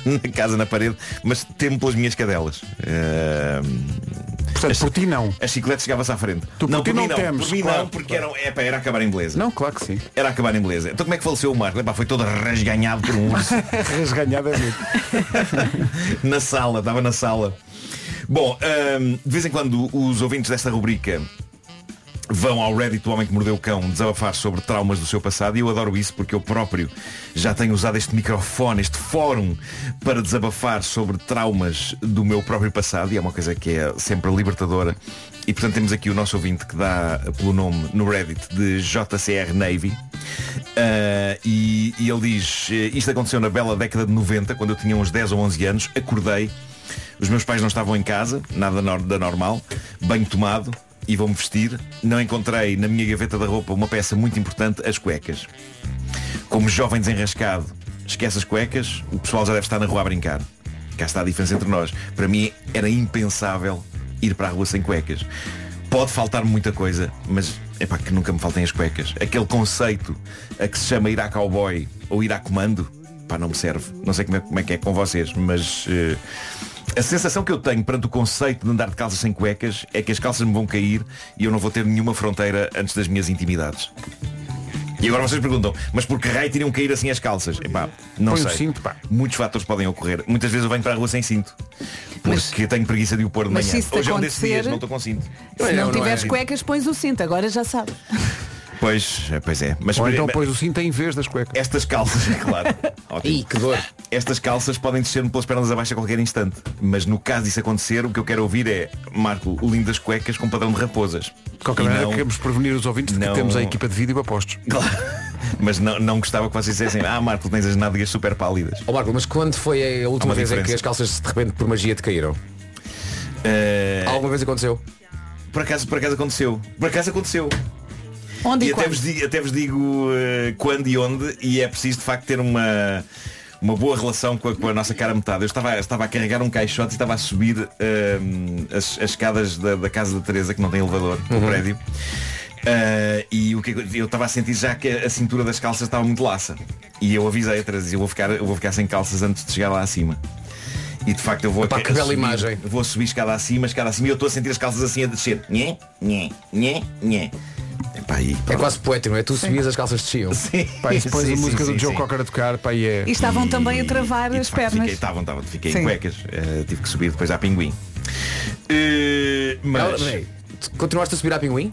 na casa na parede, mas temo pelas minhas cadelas. Ah, Portanto, por ti não. A chiclete chegava-se à frente. Tu por não, ti por mim não não. temes, por mim claro, não, porque Era, epá, era acabar em beleza. Não, claro que sim. Era acabar em beleza. Então como é que faleceu o Marco? Epá, foi todo resganhado por um urso Resganhada é muito. na sala, estava na sala. Bom, hum, de vez em quando os ouvintes desta rubrica vão ao Reddit do Homem que Mordeu o Cão desabafar sobre traumas do seu passado e eu adoro isso porque eu próprio já tenho usado este microfone, este fórum para desabafar sobre traumas do meu próprio passado e é uma coisa que é sempre libertadora e portanto temos aqui o nosso ouvinte que dá pelo nome no Reddit de JCR Navy Ah, e, e ele diz eh, isto aconteceu na bela década de 90 quando eu tinha uns 10 ou 11 anos acordei os meus pais não estavam em casa, nada nor- da normal, banho tomado, e vou-me vestir. Não encontrei na minha gaveta da roupa uma peça muito importante, as cuecas. Como jovem desenrascado, esquece as cuecas, o pessoal já deve estar na rua a brincar. Cá está a diferença entre nós. Para mim era impensável ir para a rua sem cuecas. Pode faltar muita coisa, mas é para que nunca me faltem as cuecas. Aquele conceito a que se chama ir a cowboy ou ir a comando, pá, não me serve. Não sei como é, como é que é com vocês, mas eh, a sensação que eu tenho perante o conceito de andar de calças sem cuecas é que as calças me vão cair e eu não vou ter nenhuma fronteira antes das minhas intimidades. E agora vocês perguntam, mas por que raio teriam que cair assim as calças? Epá, não Põe o sei. cinto, pá. Muitos fatores podem ocorrer. Muitas vezes eu venho para a rua sem cinto. Porque tenho preguiça de o pôr de mas manhã. se isso te Hoje é um desses acontecer- dias, não estou com cinto. Se não, tiveres assim. é- cuecas, pões o cinto, agora já sabes. Pois, é, pois é. Mas Ou então mas- pões o cinto em vez das cuecas. Estas calças, é claro. Ótimo. Ih, que dor. Estas calças podem descer-me pelas pernas abaixo a qualquer instante. Mas no caso disso acontecer, o que eu quero ouvir é Marco, lindas cuecas com padrão de raposas. De qualquer E maneira, não- queremos prevenir os ouvintes de que não- temos a equipa de vídeo a postos. Mas não, não gostava que vocês dissessem, ah Marco, tens as nádegas super pálidas. Ó Marco, mas quando foi a última Há uma vez em que diferença. as calças de repente por magia te caíram? É. Alguma vez aconteceu? Eh, Por acaso, por acaso aconteceu. Por acaso aconteceu. Onde e e até quando? vos, digo, até vos digo, eh, quando e onde e é preciso de facto ter uma uma boa relação com a, com a nossa cara metade. Eu estava, estava a carregar um caixote e estava a subir ehm, as, as escadas da, da casa da Teresa, que não tem elevador, no Uhum. prédio. Ah, e o que é que- eu estava a sentir já que a cintura das calças estava muito laça. E eu avisei a Teresa, eu vou ficar, eu vou ficar sem calças antes de chegar lá acima. E de facto eu vou Epá, a- que a bela subir- imagem. Vou subir escada acima, escada acima e eu estou a sentir as calças assim a descer. Nhé, nhé, nhé, nhé. Epá, e É quase poético, não é? Tu subias as calças desciam. Sim. Pá, e depois Sim, a sim, música sim, do Joe sim. Cocker a tocar, pá, e é... E estavam também a travar as Pá, pernas. Fiquei, estavam, estavam, fiquei Sim. em cuecas. Eh, tive que subir depois à pinguim. Eh, mas. Não, peraí. Tu Continuaste a subir à pinguim?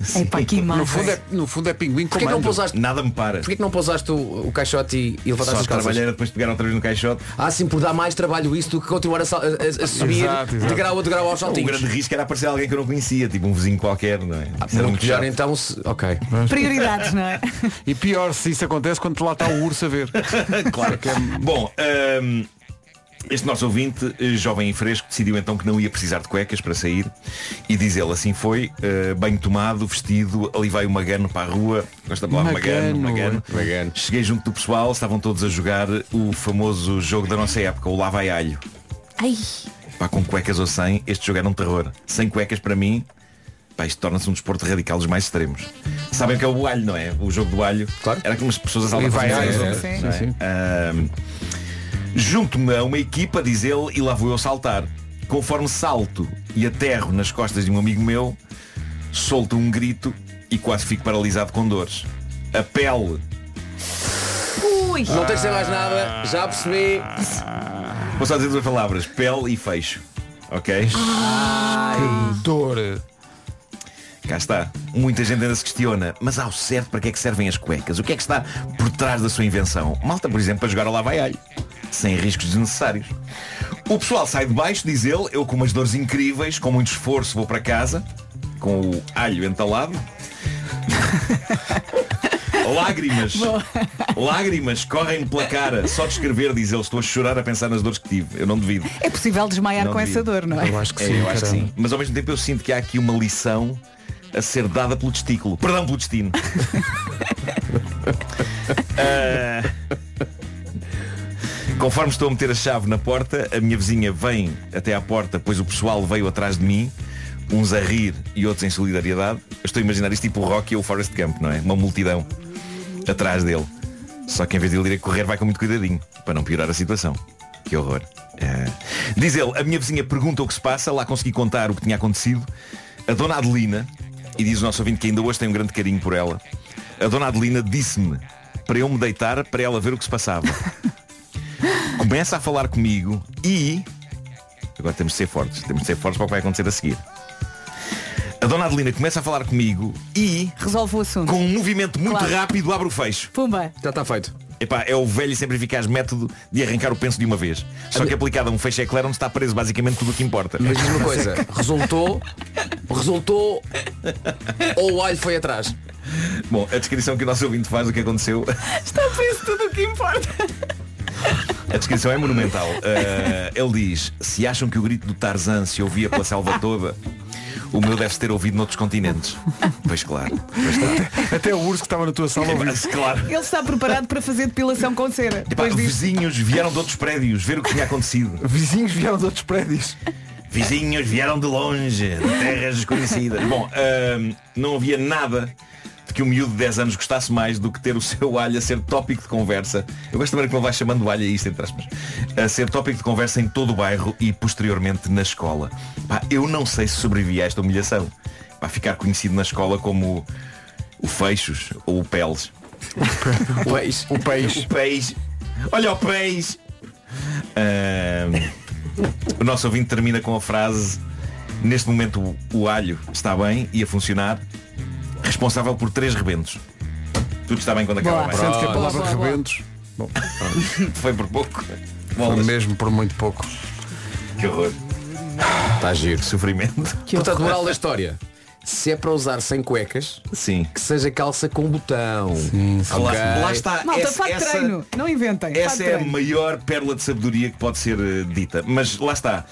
assim. Epá, que No imagem. fundo é, no fundo é pinguim Porquê que não comando. pousaste, Nada me para. porquê que não pousaste o, o caixote e, e levantaste Só as calças? trabalhar depois de pegar outra vez no caixote. Ah, sim, por dar mais trabalho isso do que continuar a, sal- a- a- a subir Exato, exato. de grau a de grau aos O saltinhos. É um grande risco era aparecer alguém que eu não conhecia, tipo um vizinho qualquer, não é? Ah, Isso era Muito muito melhor chato. então se... Ok. Prioridades, não é? E pior se isso acontece quando lá está o urso a ver. claro que é. Bom, hum, este nosso ouvinte, eh, jovem e fresco, decidiu então que não ia precisar de cuecas para sair e diz ele, assim foi, eh, bem tomado, vestido, ali vai o Magano para a rua, gosta da palavra Magano, Magano. Magano. Magano. Cheguei junto do pessoal, estavam todos a jogar o famoso jogo da nossa época, o Lá vai alho. Ai, Pá, com cuecas ou sem, este jogo era um terror. Sem cuecas para mim, pá, isto torna-se um desporto radical dos mais extremos. Sabem o que é o alho, não é? O jogo do alho. Claro. Era como as pessoas a E salvar vai umas alho, às sim, outras, sim. não é? Sim, sim. Ahm, Junto-me a uma equipa, diz ele, e lá vou eu saltar. Conforme salto e aterro nas costas de um amigo meu, solto um grito e quase fico paralisado com dores. A pele Não tens de dizer mais nada, já percebi. Vou só dizer duas palavras, pele e fecho. Ok? Que dor. Cá está. Muita gente ainda se questiona, mas ao certo para que é que servem as cuecas? O que é que está por trás da sua invenção? Malta, por exemplo, para jogar ao lá vai alho, sem riscos desnecessários. O pessoal sai de baixo, diz ele, eu com umas dores incríveis, com muito esforço vou para casa, com o alho entalado. Lágrimas Lágrimas correm-me pela cara Só de escrever, diz ele, estou a chorar a pensar nas dores que tive Eu não duvido É possível desmaiar Não com devia. essa dor, não é? Eu acho que É, sim. eu acho que caramba. sim. Mas ao mesmo tempo eu sinto que há aqui uma lição a ser dada pelo testículo. Perdão, pelo destino. Ah, Conforme estou a meter a chave na porta, a minha vizinha vem até à porta, pois o pessoal veio atrás de mim, uns a rir e outros em solidariedade. Eu estou a imaginar isto tipo o Rocky ou o Forrest Gump, não é? Uma multidão atrás dele. Só que em vez de ele ir a correr vai com muito cuidadinho Para não piorar a situação Que horror Eh, Diz ele, a minha vizinha pergunta o que se passa Lá consegui contar o que tinha acontecido A dona Adelina E diz o nosso ouvinte que ainda hoje tem um grande carinho por ela A dona Adelina disse-me Para eu me deitar para ela ver o que se passava Começa a falar comigo E Agora temos de ser fortes Temos de ser fortes para o que vai acontecer a seguir A dona Adelina começa a falar comigo E Resolve o assunto. com um movimento muito Claro. rápido abre o fecho Pumba. Já está feito. Epá, é o velho e sempre eficaz método de arrancar o penso de uma vez. Só que aplicado a um fecho eclair onde está preso basicamente tudo o que importa. Mas diz uma coisa, resultou, resultou ou o alho foi atrás? Bom, a descrição que o nosso ouvinte faz do que aconteceu, Está preso tudo o que importa. a descrição é Eh, monumental. Ah, ele diz, se acham que o grito do Tarzan se ouvia pela selva toda, O meu deve-se ter ouvido noutros continentes. Pois claro. Pois claro. Até o urso que estava na tua sala ouviu. claro. Ele está preparado para fazer depilação com cera. Epá, vizinhos vieram de outros prédios ver o que tinha acontecido. Vizinhos vieram de outros prédios. Vizinhos vieram de longe, de terras desconhecidas. Bom, ahm, não havia nada de que um miúdo de 10 anos gostasse mais do que ter o seu alho a ser tópico de conversa. Eu gosto também que ele vai chamando alho a isto, entre aspas. A ser tópico de conversa em todo o bairro e posteriormente na escola. Pá, eu não sei se sobrevivi a esta humilhação. Pá, ficar conhecido na escola como o Feixos ou o Peles. O peixe. O peixe. O peixe. Olha o peixe. Ahm, o nosso ouvinte termina com a frase Neste momento o, o alho está bem e a funcionar Responsável por três rebentos Tudo está bem quando acaba bem Sendo que a é palavra rebentos bom, Foi por pouco foi Bolas. mesmo por muito pouco. Que horror Está giro. Sofrimento Portanto, moral da história. Se é para usar sem cuecas, Sim que seja calça com botão. lá, lá está Malta, Essa- fato de essa- treino. Não inventem. fato Essa de é a treino. maior pérola de sabedoria que pode ser eh, dita. Mas lá está.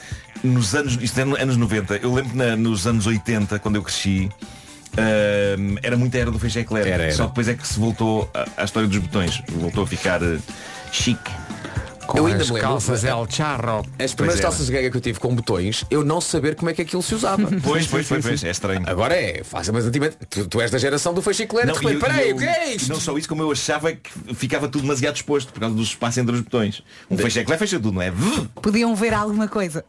Nos anos, isto é no- anos 90, eu lembro que na- nos anos 80, quando eu cresci, ahm, era muito a era do feijão eclair. Era, era. Só depois é que se voltou à- à história dos botões. Voltou a ficar eh, chique. Com Eu ainda as me lembro. calças El Charro. As primeiras Pois é. calças de ganga que eu tive com botões, eu não saber como é que aquilo se usava. Pois, pois, pois, pois. É estranho. Agora é, fácil, mas antigamente, tu, tu és da geração do feixicolero. Não, de e eu- repente, Peraí, eu- o que é e isto? não só isso, como eu achava que ficava tudo demasiado exposto por causa do espaço entre os botões. Um feijão eclair fecha tudo, não é? Vuh! Podiam ver alguma coisa.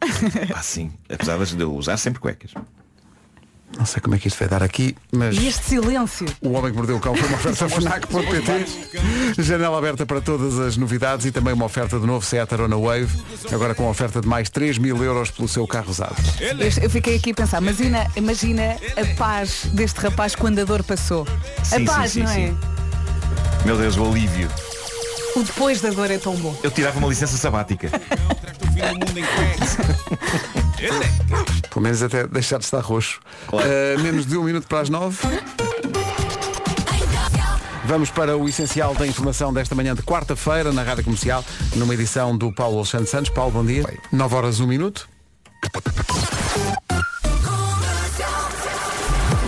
Pá, sim. Apesar de eu usar sempre cuecas. Não sei como é que isto vai dar aqui, mas E este silêncio. o homem que mordeu o cão foi uma oferta FNAC.pt. Janela aberta para todas as novidades e também uma oferta de novo Seat Arona Wave. Agora com a oferta de mais 3 mil euros pelo seu carro usado. Este- Eu fiquei aqui a pensar, imagina, imagina a paz deste rapaz quando a dor passou. Sim, a paz, sim, sim, não é? sim. Meu Deus, o alívio. O depois da dor é tão bom. Eu tirava uma licença sabática. Pelo menos até deixar de estar roxo. Claro. Eh, menos de um minuto para as nove. Vamos para o essencial da informação desta manhã de quarta-feira na Rádio Comercial, numa edição do Paulo Alexandre Santos. Paulo, bom dia. Nove 9 horas, um minuto.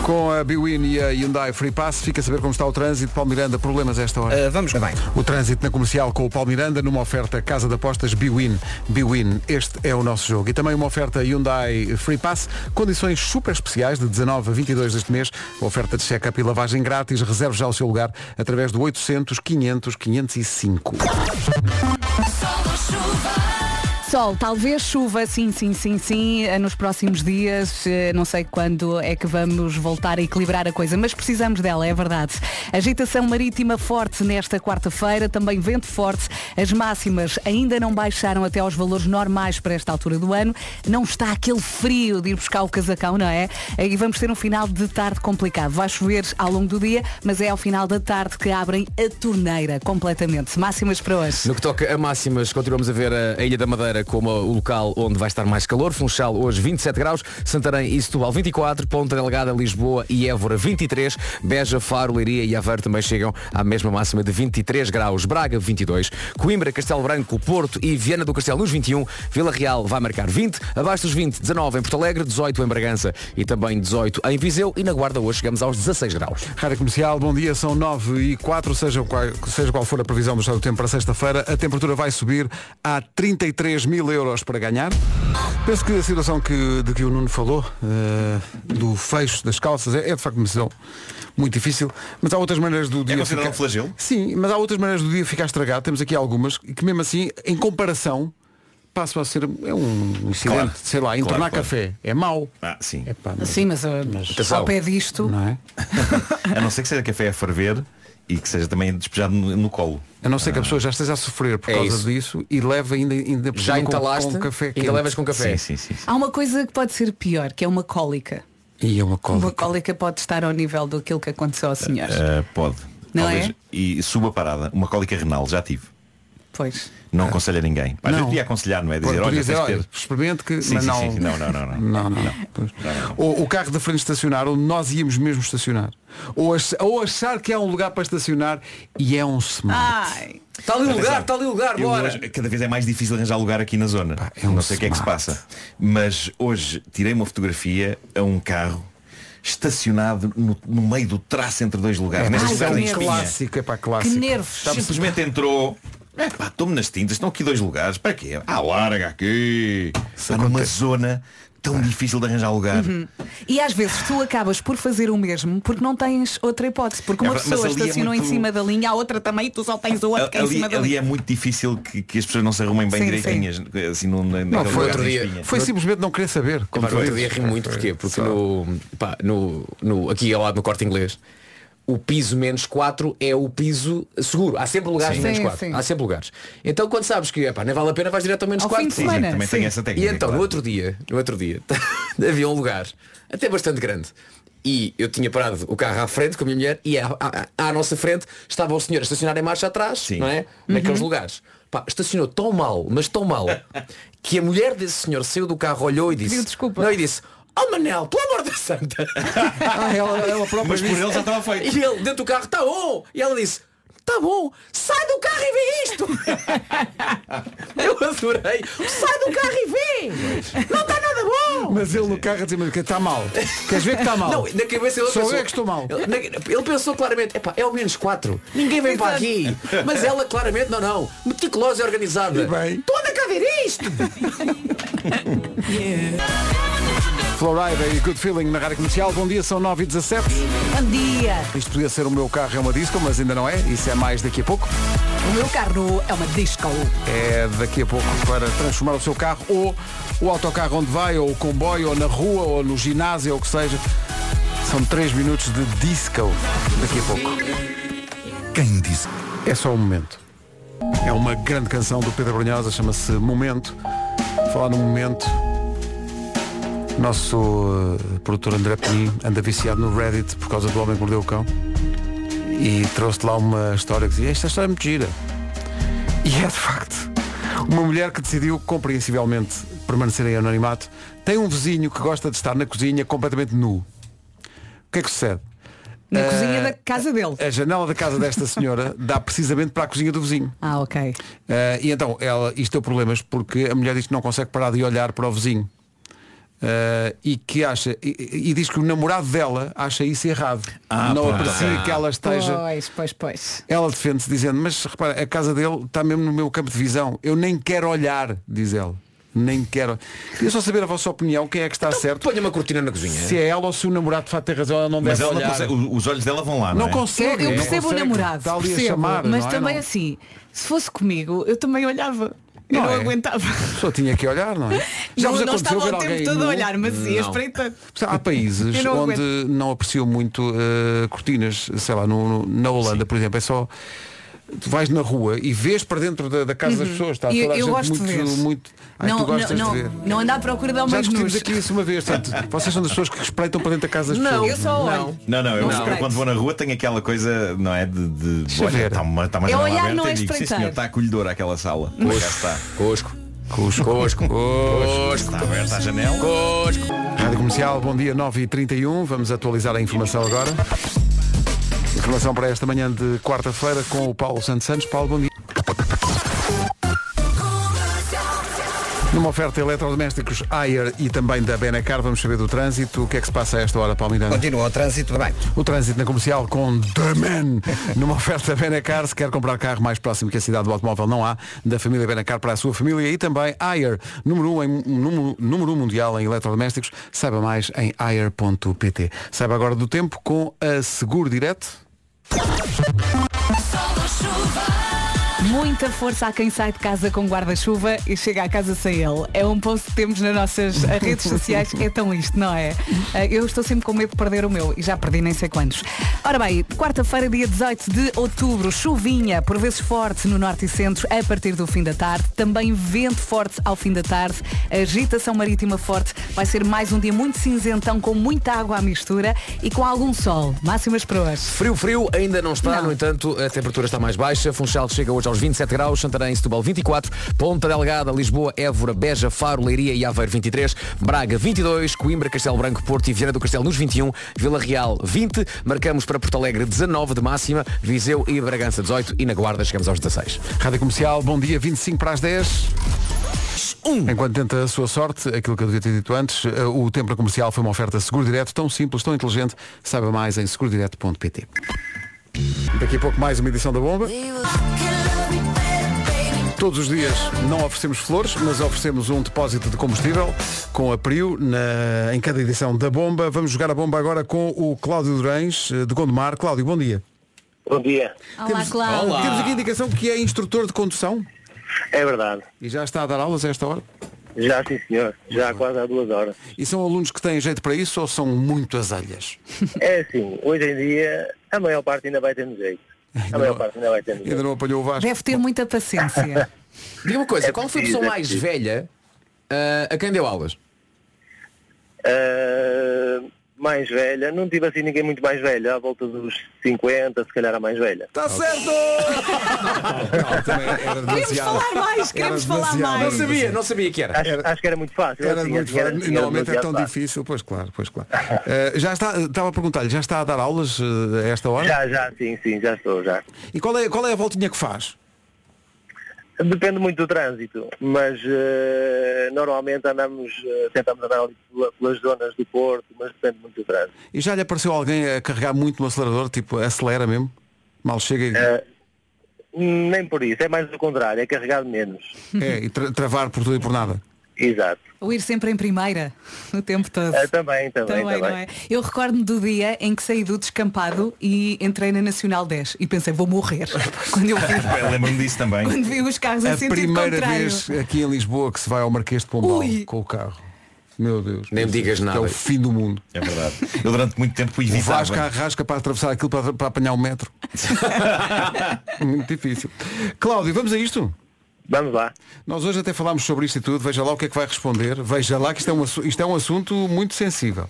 Com a Biwin e a Hyundai Free Pass, fica a saber como está o trânsito. Paulo Miranda, problemas a esta hora? Ah, vamos bem. O trânsito na comercial com o Paulo Miranda numa oferta Casa de Apostas Biwin. Biwin, este é o nosso jogo. E também uma oferta Hyundai Free Pass, condições super especiais de 19 a 22 deste mês. Oferta de check-up e lavagem grátis. Reserve já o seu lugar através do 800 500 505. Sol, talvez chuva, sim, sim, sim, sim, eh, nos próximos dias. eh, Não sei quando é que vamos voltar a equilibrar a coisa, mas precisamos dela, é verdade. Agitação marítima forte nesta quarta-feira, também vento forte. As máximas ainda não baixaram até aos valores normais para esta altura do ano. Não está aquele frio de ir buscar o casacão, não é? Eh, E vamos ter um final de tarde complicado. Vai chover ao longo do dia, mas é ao final da tarde que abrem a torneira completamente. Máximas para hoje. No que toca a máximas, continuamos a ver a a Ilha da Madeira como o local onde vai estar mais calor. Funchal hoje 27 graus, Santarém e Setúbal 24, Ponta Delgada, Lisboa e Évora 23, Beja, Faro, Leiria e Aveiro também chegam à mesma máxima de 23 graus, Braga 22, Coimbra, Castelo Branco, Porto e Viana do Castelo nos 21, Vila Real vai marcar 20, abaixo dos 20, 19 em Porto Alegre, 18 em Bragança e também 18 em Viseu e na Guarda hoje chegamos aos 16 graus. Rádio Comercial, bom dia, são 9 e 4, seja qual, seja qual for a previsão do estado do tempo para sexta-feira, a temperatura vai subir a 33 mil euros para ganhar. Penso que a situação que, de que o Nuno falou, eh, do fecho das calças, é, é de facto uma decisão muito difícil, mas há outras maneiras do dia considerado um flagelo? Sim, mas há outras maneiras do dia ficar estragado, temos aqui algumas, que mesmo assim, em comparação, passam a ser é um incidente, Claro. sei lá, entornar Claro, claro. café, é mau. Ah, sim. Epá, mas- Sim, mas, eh, Atenção. ao pé disto. não é? A não ser que seja café a ferver e que seja também despejado no, no colo. A não ser que a pessoa já esteja a sofrer por É causa isso. disso e leva ainda, ainda por Já cima com- entalaste, com café quente. ainda levas com café. Sim, sim, sim. Há uma coisa que pode ser pior, que é uma cólica. E é uma Uma cola. cólica pode estar ao nível daquilo que É, aconteceu ao senhor. Ah, pode. Não Talvez. é? E suba parada. Uma cólica renal, já tive. Pois. Não aconselho a ninguém. Às Não. vezes podia aconselhar, não é? Dizer, Podia olha, dizer, tens de olha, ter. experimente que Sim, mas sim, não. sim, sim. Não, não, não, não. Não, não. Pois. Ou o carro da frente estacionar onde nós íamos mesmo estacionar. Ou, ach- ou achar que é um lugar para estacionar e é um smart. Ai. Está Tá ali o lugar, tá está ali o lugar, Eu bora. hoje- cada vez é mais difícil arranjar lugar aqui na zona. um não sei o que é que se passa. Mas hoje tirei uma fotografia a um carro estacionado no, no meio do traço entre dois lugares. É, nesta mas isso é cidade um em Espinha. clássico, é para clássico. Que nervos. Sabe, Tá, simplesmente entrou. É, pá, tome nas tintas, estão aqui dois lugares. Para quê? Ah, larga aqui. Está numa zona tão difícil de arranjar lugar. Uhum. E às vezes tu acabas por fazer o mesmo porque não tens outra hipótese. Porque É uma verdade, mas pessoa ali é estacionou em muito- cima da linha, a outra também, e tu só tens o outro que é em Ali, cima da ali linha. é muito difícil que, que as pessoas não se arrumem bem Sim, direitinhas. Assim, não, Não, foi outro dia. Foi simplesmente não querer saber. Epá, tu no outro dia dizes. ri muito porquê? Porque no, pá, no, no- aqui ao lado no corte inglês, o piso menos 4 é o piso seguro. Há sempre lugares Sim. no menos Sim, 4. sim. Há sempre lugares. Então quando sabes que epá, nem vale a pena, vais direto ao menos Ao 4. fim de Sim, semana, também sim. tenho essa técnica, é E então no outro dia, no outro dia, havia um lugar, até bastante grande. E eu tinha parado o carro à frente com a minha mulher e à, à- à nossa frente estava o senhor a estacionar em marcha atrás, não é? Naqueles lugares. Pá, estacionou tão mal, mas tão mal, que a mulher desse senhor saiu do carro, olhou e disse. Pediu desculpa. Não, e disse, oh Manel, pelo amor da santa. ela, própria Mas por disse- ele já estava feito. E ele, dentro do carro, está bom. E ela disse, está bom, sai do carro e vê isto. Eu adorei. Sai do carro e vê. Não está nada bom. Mas ele no carro a dizer, mas que está mal. Queres ver que está mal? Não, na cabeça ele Sou pensou, eu é que estou mal. Ele, na- ele pensou claramente, "Epá, é ao menos quatro. Ninguém vem para aqui. Mas ela claramente, não, não. Meticulosa e organizada. E bem. Toda cá ver isto. Florida e Good Feeling na Rádio Comercial. Bom dia, são 9 e 17 Bom dia. Isto podia ser o meu carro é uma disco, mas ainda não é. Isso é mais daqui a pouco. O meu carro é uma disco. É daqui a pouco para transformar o seu carro ou o autocarro onde vai, ou o comboio, ou na rua, ou no ginásio, ou o que seja. São 3 minutos de disco daqui a pouco. Quem disse? É só um momento. É uma grande canção do Pedro Brunhosa, chama-se Momento. Vou Falar no momento. Nosso eh, produtor André Penin anda viciado no Reddit por causa do homem que mordeu o cão. E trouxe lá uma história que dizia, esta história é muito gira. E é de facto uma mulher que decidiu, compreensivelmente, permanecer em anonimato, tem um vizinho que gosta de estar na cozinha completamente nu. O que é que sucede? Na Ah, cozinha da casa dele. A janela da casa desta senhora dá precisamente para a cozinha do vizinho. Ah, ok. Ah, e então, ela, isto deu problemas porque a mulher diz que não consegue parar de olhar para o vizinho. Ah, e que acha e, e diz que o namorado dela acha isso errado não pá. aprecia que ela esteja Pois, pois, pois. ela defende-se dizendo, mas repara, a casa dele está mesmo no meu campo de visão. Eu nem quero olhar, diz ela. Nem quero. Queria só saber a vossa opinião, quem é que está certo. Então, Ponha uma cortina na cozinha. Se é ela ou se o namorado de facto tem razão, ela não Mas deve ela não olhar. consegue- o- os olhos dela vão lá. Não é? consegue. Eu não percebo o consegue. namorado, Está ali percebo, a chamar. mas não é? também Não. assim, se fosse comigo, eu também olhava. Eu Não não, é? aguentava. Só tinha que olhar, não é? Já não, vos não aconteceu estava ver o tempo alguém todo nu? a olhar, mas ia Não. espreitando. Há países Eu não onde não apreciam muito eh, cortinas, sei lá, no- no- na Holanda, por exemplo, é só. Tu vais na rua e vês para dentro da, da casa das Uhum. pessoas, está Eu- toda a eu gente gosto de muito. ver. muito... Ai, não, tu gostas não, de ver. não, não anda à procura de Já homens discutimos nus. aqui isso uma vez, portanto, vocês são das pessoas que espreitam para dentro da casa das Não, pessoas. eu só olho. Não, não, eu, Não. eu quando vou na rua tenho aquela coisa, não é? De, de Deixa ver. está uma, tá uma É janela olhar, aberta não é e digo, sim espreitar. senhor, está acolhedora aquela sala. Por Cusco. acaso está. Cosco. Cusco. Cosco. Cosco. Está aberta a janela. Cosco. Rádio Comercial, bom dia, 9h31. Vamos atualizar a informação agora. Informação para esta manhã de quarta-feira com o Paulo Santos Santos. Paulo, bom dia. Numa oferta eletrodomésticos Ayer e também da Benacar, vamos saber do trânsito. O que é que se passa a esta hora, Paulo Miranda? Continua o trânsito bem. O trânsito na comercial com The Man. Numa oferta Benacar, se quer comprar carro mais próximo que a cidade do automóvel, não há. Da família Benacar para a sua família e também Ayer, número 1 um em- número, número um mundial em eletrodomésticos. Saiba mais em ayer.pt. Saiba agora do tempo com a Seguro Direto. Muita força a quem sai de casa com guarda-chuva e chega à casa sem ele. É um post que temos nas nossas eh, redes sociais. É tão isto, não é? Eh, Eu estou sempre com medo de perder o meu e já perdi nem sei quantos. Ora bem, quarta-feira, dia 18 de outubro, chuvinha, por vezes forte no norte e centro a partir do fim da tarde. Também vento forte ao fim da tarde, agitação marítima forte. Vai ser mais um dia muito cinzentão, com muita água à mistura e com algum sol. Máximas para hoje. Frio, frio, ainda não está, no entanto, a temperatura está mais baixa. Funchal chega hoje aos aos 27 graus, Santarém e Setúbal 24, Ponta Delgada, Lisboa, Évora, Beja, Faro, Leiria e Aveiro 23, Braga 22, Coimbra, Castelo Branco, Porto e Viana do Castelo nos 21, Vila Real 20, marcamos para Porto Alegre 19 de máxima, Viseu e Bragança 18 e na Guarda chegamos aos 16. Rádio Comercial, bom dia, 25 para as 10. Enquanto tenta a sua sorte, aquilo que eu devia ter dito antes, eh, o tempo para comercial foi uma oferta seguro direto, tão simples, tão inteligente. Saiba mais em segurodireto.pt. Daqui a pouco mais uma edição da bomba. Todos os dias não oferecemos flores, mas oferecemos um depósito de combustível com a Prio na- em cada edição da bomba. Vamos jogar a bomba agora com o Cláudio Durães eh, de Gondomar. Cláudio, bom dia. Bom dia. Olá, Cláudio. Temos aqui a indicação que é instrutor de condução. É verdade. E já está a dar aulas a esta hora? Já sim senhor, já há quase há duas horas. E são alunos que têm jeito para isso ou são muito azalhas? É assim, hoje em dia a maior parte ainda vai tendo jeito. A maior parte ainda vai tendo jeito. Ainda não apanhou o Vasco. Deve ter muita paciência. Diga uma coisa, É qual foi a preciso, pessoa é mais preciso. velha ah, a quem deu aulas? Ah, mais velha, não tive assim ninguém muito mais velha, à volta dos 50, se calhar a mais velha. Está certo! Queremos falar mais, queremos falar mais. Não sabia, não sabia que era. Acho, acho que era muito fácil. Era assim, muito acho que era- fácil. era Normalmente é demasiado tão fácil. difícil, pois claro, pois claro. Eh, já está, estava a perguntar-lhe, já está a dar aulas eh, a esta hora? Já, já, sim, sim, já estou, já. E qual é, qual é a voltinha que faz? Depende muito do trânsito, mas eh, normalmente andamos, eh, tentamos andar ali pela- pelas zonas do Porto, mas depende muito do trânsito. E já lhe apareceu alguém a carregar muito no acelerador, tipo, acelera mesmo? Mal chega e, Ah, Nem por isso, é mais o contrário, é carregado menos. é, e tra- travar por tudo e por nada. Exato. Ou ir sempre em primeira, o tempo todo. É, também, também, Também, não é? também. Eu recordo-me do dia em que saí do descampado e entrei na Nacional 10 e pensei, vou morrer. Quando eu vi, Bem, Lembro-me disso também. quando vi os carros em a sentido primeira contrário. vez aqui em Lisboa que se vai ao Marquês de Pombal Ui. com o carro. Meu Deus. Nem me digas É o nada. fim do mundo. É verdade. Eu durante muito tempo O evitava. Vasco arrasca para atravessar aquilo para, para apanhar um metro. Muito difícil. Cláudio, vamos a isto? Vamos lá. Nós hoje até falámos sobre isto e tudo. Veja lá o que é que vai responder. Veja lá que isto é um, assu- isto é um assunto muito sensível.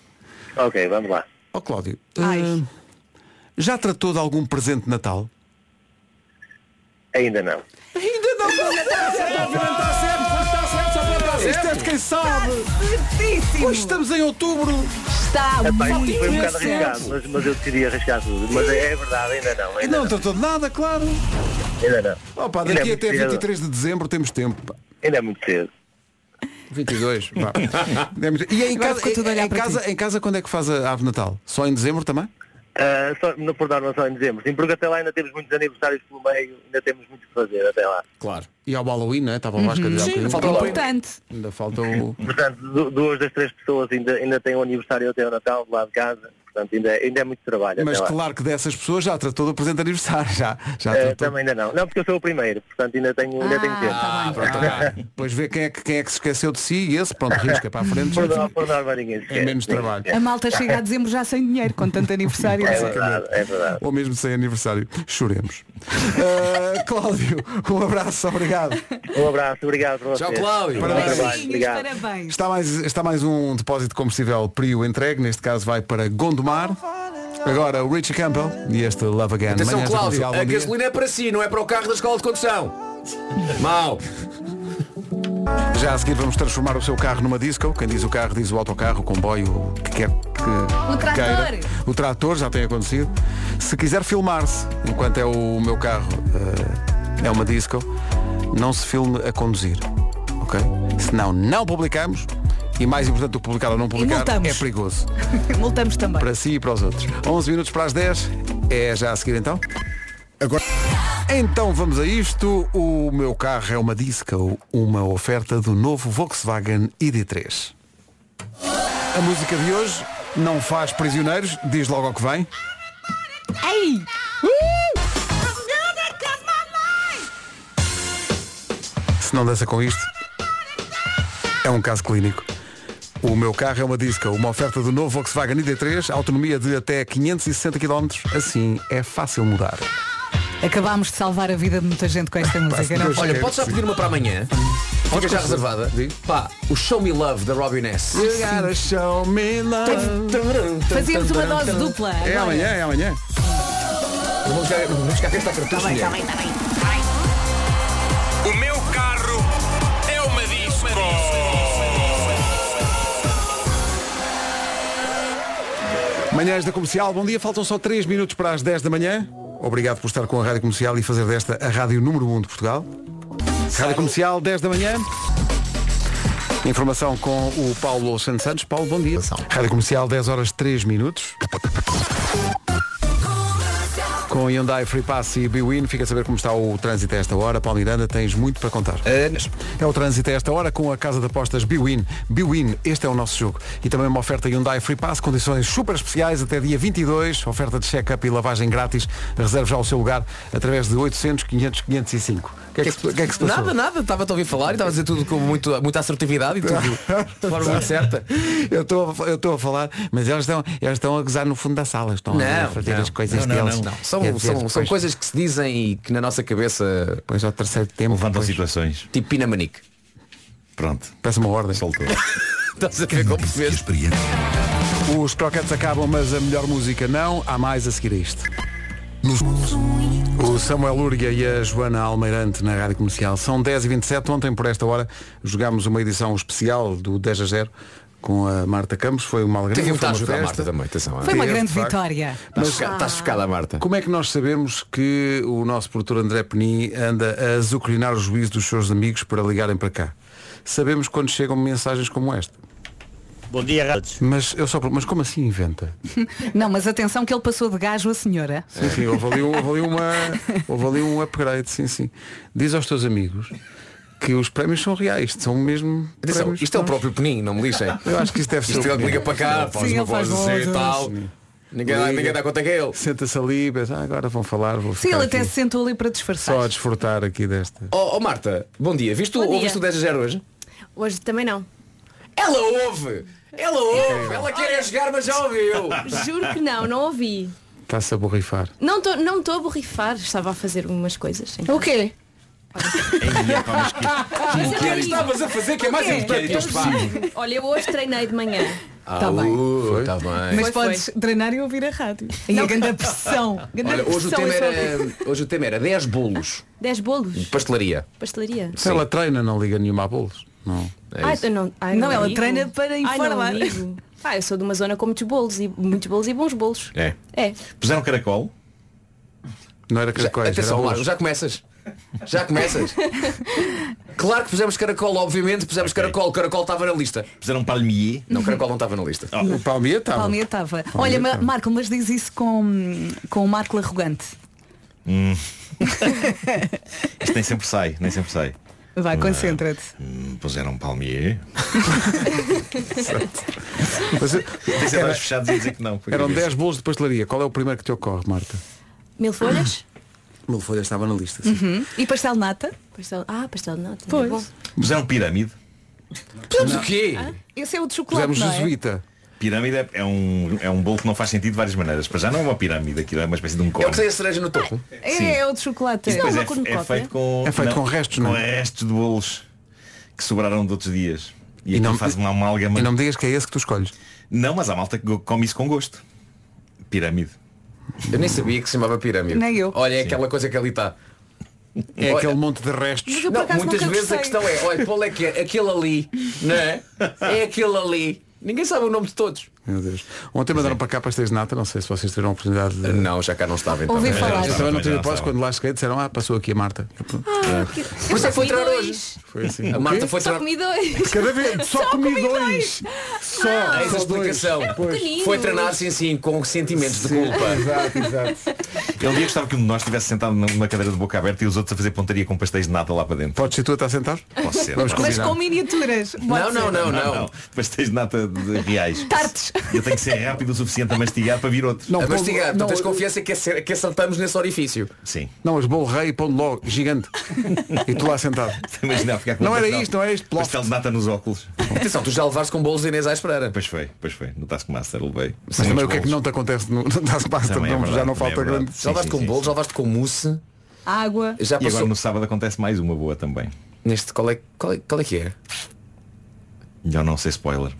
Ok, vamos lá. Ó Cláudio, eh, já tratou de algum presente de Natal? Ainda não. Ainda não está certo, obviamente está certo, pois está certo, só pode estar certo. Tá Isto é de quem sabe. Pois estamos em outubro. Está Epá, isto muito foi um bocado certo. arriscado, mas, mas eu decidi arriscar tudo. Mas é, é verdade, ainda não. Ainda Não tratou de nada, claro. Ainda não. Opa, Ainda é daqui muito até cedo. 23 de dezembro temos tempo. pá. Ainda é muito cedo. 22. vá. É muito- e é em Agora casa, ficou tudo a é- olhar em, para casa, em casa quando é que faz a árvore de Natal? Só em dezembro também? Ah, só, não por dar uma só em dezembro, sim, porque até lá ainda temos muitos aniversários pelo meio, ainda temos muito que fazer até lá. Claro. E ao Halloween, não é? Estava o Vasco a dizer há bocadinho. Ainda falta o... Portanto, du- duas das três pessoas ainda, ainda têm o aniversário até o Natal de lá de casa, portanto ainda, ainda é muito trabalho Mas até lá. claro que dessas pessoas já tratou do presente de aniversário. Já, já Ah, tratou. também ainda não. Não, porque eu sou o primeiro, portanto ainda tenho, ainda Ah, tenho tempo. tá. Depois vê quem é, que, quem é que se esqueceu de si e esse, pronto, risca para a frente. Por norma- por norma ninguém se É menos trabalho. A malta chega a dezembro já sem dinheiro, com tanto É aniversário. é. Ou mesmo sem aniversário. Choremos. Ah, Cláudio, um abraço, obrigado. Um abraço, obrigado por Tchau, vocês. Cláudio. Bom Parabéns. trabalho, Obrigado. Parabéns. Está mais, está mais um depósito de combustível Prio entregue, neste caso vai para Gondomar. Agora o Richie Campbell e este Love Again. Atenção, Manhãs da Cláudio, Comercial, bom a dia. gasolina é para si, não é para o carro da escola de condução. Mal. Já a seguir vamos transformar o seu carro numa disco. Quem diz o carro diz o autocarro, o comboio, o que quer que O trator. queira. O trator já tem acontecido. Se quiser filmar-se, enquanto é o meu carro eh, é uma disco, não se filme a conduzir. Ok? Senão não publicamos. E mais importante do que publicar ou não publicar multamos. é perigoso. Multamos também. Para si e para os outros. 11 minutos para as 10. É já a seguir então? Agora. Então vamos a isto. O meu carro é uma Disco, uma oferta do novo Volkswagen ID3. A música de hoje não faz prisioneiros, diz logo ao que vem. Ei! Se não dança com isto, é um caso clínico. O meu carro é uma Disco, uma oferta do novo Volkswagen ID3, autonomia de até 560 km. Assim é fácil mudar. Acabámos de salvar a vida de muita gente com esta música, não? é? Olha, podes já pedir uma para amanhã? Fica já reservada. Pá, o Show Me Love da Robin S. You gotta show me love. Fazíamos uma dose dupla. É agora. amanhã, é amanhã. Vamos buscar, vamos buscar quem está a cartucho, Tá bem, mulher. tá bem, tá bem. tá. Manhãs da Comercial, bom dia. Faltam só 3 minutos para as 10 da manhã. Obrigado por estar com a Rádio Comercial e fazer desta a Rádio número 1 de Portugal. Rádio Comercial, 10 da manhã. Informação com o Paulo Alexandre Santos. Paulo, bom dia. Rádio Comercial, 10 horas 3 minutos. Com Hyundai Free Pass e Biwin, fica a saber como está o trânsito a esta hora. Paulo Miranda, tens muito para contar. É o trânsito a esta hora com a Casa de Apostas Biwin. Biwin, este é o nosso jogo. E também uma oferta Hyundai Free Pass, condições super especiais até dia 22, oferta de check-up e lavagem grátis. Reserve já o seu lugar através de 800 500 505. O que é que se, o que é que se passou? Nada, nada, estava-te a ouvir falar e estava a dizer tudo com muito, muita assertividade e tudo de forma muito certa. Eu estou a- eu estou a falar, mas elas estão, elas estão a gozar no fundo da sala, estão a Não, fazer não. as coisas Não, não, deles. não, não. São- E a dizer são- são depois- coisas que se dizem e que na nossa cabeça pois ao terceiro tempo levantam situações tipo pinamanique pronto peço uma ordem soltou estás a ver como percebes Os croquetes acabam, mas a melhor música não. Há mais a seguir a isto. Nos- O Samuel Urga e a Joana Almeirante na Rádio Comercial. São 10h27. Ontem, por esta hora, jogámos uma edição especial do 10 a 0 com a Marta Campos. Foi uma alegria. Teve muita foi uma ajuda a festa. Marta também, atenção. é. Foi uma Teve, grande é, de facto. vitória. Estás chocada- estás chocada, Marta. Como é que nós sabemos que o nosso produtor André Peni anda a azucrinar o juízo dos seus amigos para ligarem para cá? Sabemos quando chegam mensagens como esta. Bom dia, Rádio. Mas, eu só, mas como assim inventa? Não, mas atenção que ele passou de gajo a senhora. Sim, sim, houve ali, um- houve ali uma, houve ali um upgrade, sim, sim. Diz aos teus amigos que os prémios são reais, são mesmo. Atenção, prémios isto é o nós- próprio Peninho, não me lixem. Eu acho que isto deve ser. Isto o é o que liga Peninho. para cá, faz uma voz assim e tal. Ninguém dá- ninguém dá conta que é ele. Senta-se ali, pensa, ah, agora vão falar, vou Sim, ficar ele aqui até se sentou ali para disfarçar. só a desfrutar aqui desta. Oh, oh, Marta, bom dia. Viste o, Bom dia. ouviste o 10 a 0 hoje? Hoje também não. Ela ouve! Ela ouve! Ela quer é jogar, mas já ouviu! Juro que não, não ouvi. Está-se a borrifar. Não estou não tô a borrifar, estava a fazer umas coisas. O quê? O que é que estavas a fazer que é mais importante que eu Olha, eu hoje treinei de manhã. Está bem. Está bem. Mas Foi, podes treinar e ouvir a rádio. E a grande pressão. Grande Olha, hoje o, pressão tema em só era, ouvir. hoje o tema era 10 bolos 10 bolos. de pastelaria. Pastelaria. Se ela treina, não liga nenhuma a bolos. Não. Ai, eu não, ai, Não, ela ligo. treina para Ai, não informar. ligo. Ah, eu sou de uma zona com muitos bolos e muitos bolos e bons bolos. É. É. Puseram caracol? Não era caracóis, atenção, era Marco, bolos. já começas. Já começas. claro que pusemos caracol, obviamente, pusemos caracol. Caracol estava na lista. Puseram palmier? Não, caracol não estava na lista. O palmier estava. Palmeira estava. Palmeira Olha, ma- estava. Marco, mas diz isso com, com o Marco arrogante. Isto nem sempre sai, nem sempre sai. Vai, Ah. concentra-te. Hum, Puseram palmier. Mas, eh, Tem que ser mais fechados e dizer que não. Eram 10 bolos de pastelaria. Qual é o primeiro que te ocorre, Marta? Mil folhas? Mil folhas estava na lista. Uhum. Hum? E pastel de nata? Pastel, ah, pastel de nata. é Pois. bom. Puseram pirâmide? Pusemos o quê? Esse é o de chocolate, não é? Pirâmide é- é um, é um bolo que não faz sentido de várias maneiras. Para já não é uma pirâmide, aquilo é uma espécie de um cone. a cereja no topo. Ah. É, Sim. é o de chocolate. Isso depois é, é feito com É feito não, com restos, com não é? restos de bolos que sobraram de outros dias. E, não faz uma amálgama. E não me digas que é esse que tu escolhes. Não, mas há malta que go- come isso com gosto. Pirâmide. Eu nem sabia que se chamava pirâmide. Nem eu. Olha, é aquela coisa que ali está. É aquele monte de restos. Não, muitas vezes a questão é, olha, qual é que é? Aquele ali, não é? É aquele ali. Ninguém sabe o nome de todos. Meu Deus. Ontem mandaram para cá pastéis de nata, não sei se vocês tiveram a oportunidade de. Não, já cá não estava então. Ouvi falar. Eu também não Já tive hipótese não estava. quando lá cheguei, disseram, ah, passou aqui a Marta. Eu Mas é que comi foi entrar dois. hoje. Foi assim. A Marta O quê? foi Só tirar. comi dois. Cada vez, só comi dois. Só, É essa a só dois. explicação. Pois. pequenino. Foi treinar sim sim com sentimentos de culpa. Exato, exato. Ele dia gostava que um de nós estivesse sentado numa cadeira de boca aberta e os outros a fazer pontaria com pastéis de nata lá para dentro. Podes ser tu a estar sentado? Posso ser. Vamos posso. Mas com miniaturas. Pode ser. Pastéis de nata de reais. Tartes. Eu tenho que ser rápido o suficiente a mastigar para vir outro. Não, a pô- mastigar, tu não, tens eu- confiança que, acer- que acertamos nesse orifício. Sim. Não, mas bolo rei, pão de ló, gigante. E tu lá sentado. Imaginar ficar com Não um era pastel- isto, não era isto. Pastel de nata nos óculos. Atenção, tu já levaste com bolos de Inês à espera. Pois foi, pois foi. No Taskmaster levei. Mas Muitos também o que é que bolos. não te acontece no, no Taskmaster? Também é não, já verdade, não também falta é verdade. grande. Sim, Já levaste sim, com sim, bolos, sim. Já levaste com mousse. Água. Já E agora passou. no sábado acontece mais uma boa também. Neste, qual é, qual, é, qual é que é? Já não sei spoiler.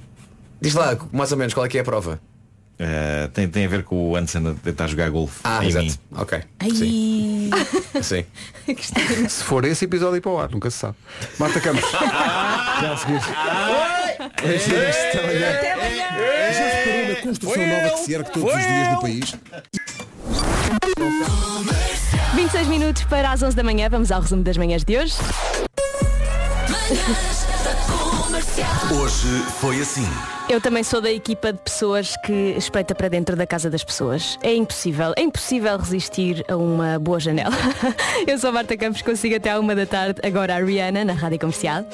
Diz lá, mais ou menos, qual é que é a prova? Eh, tem, tem a ver com o Anderson a tentar jogar golfe. Ah, em exato. Mim. Ok. Ai. Sim. Se for esse episódio ir para o ar, nunca se sabe. Marta Campos. Já a seguir. Beijinhos, até amanhã. Já se parou na Construção Foi nova eu, que cerca todos foi os dias eu. no país. 26 minutos para as 11 da manhã, vamos ao resumo das manhãs de hoje. Hoje foi assim. Eu também sou da equipa de pessoas que espreita para dentro da casa das pessoas. É impossível, é impossível resistir a uma boa janela. Eu sou a Marta Campos, consigo até à uma da tarde, agora a Rihanna, na Rádio Comercial.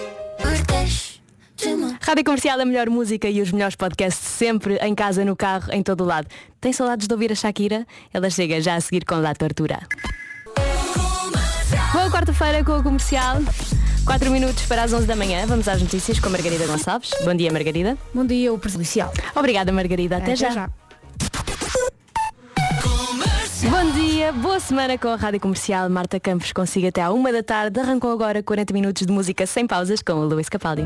Rádio Comercial, a melhor música e os melhores podcasts sempre, em casa, no carro, em todo o lado. Tem saudades de ouvir a Shakira? Ela chega já a seguir com La Tortura. Boa quarta-feira com o Comercial. 4 minutos para as 11 da manhã. Vamos às notícias com a Margarida Gonçalves. Bom dia, Margarida. Bom dia, o prejudicial. Obrigada, Margarida. Até, Até já. já. Bom dia, boa semana com a Rádio Comercial. Marta Campos consigo até à 1 da tarde. Arrancou agora 40 minutos de música sem pausas com o Luís Capaldi.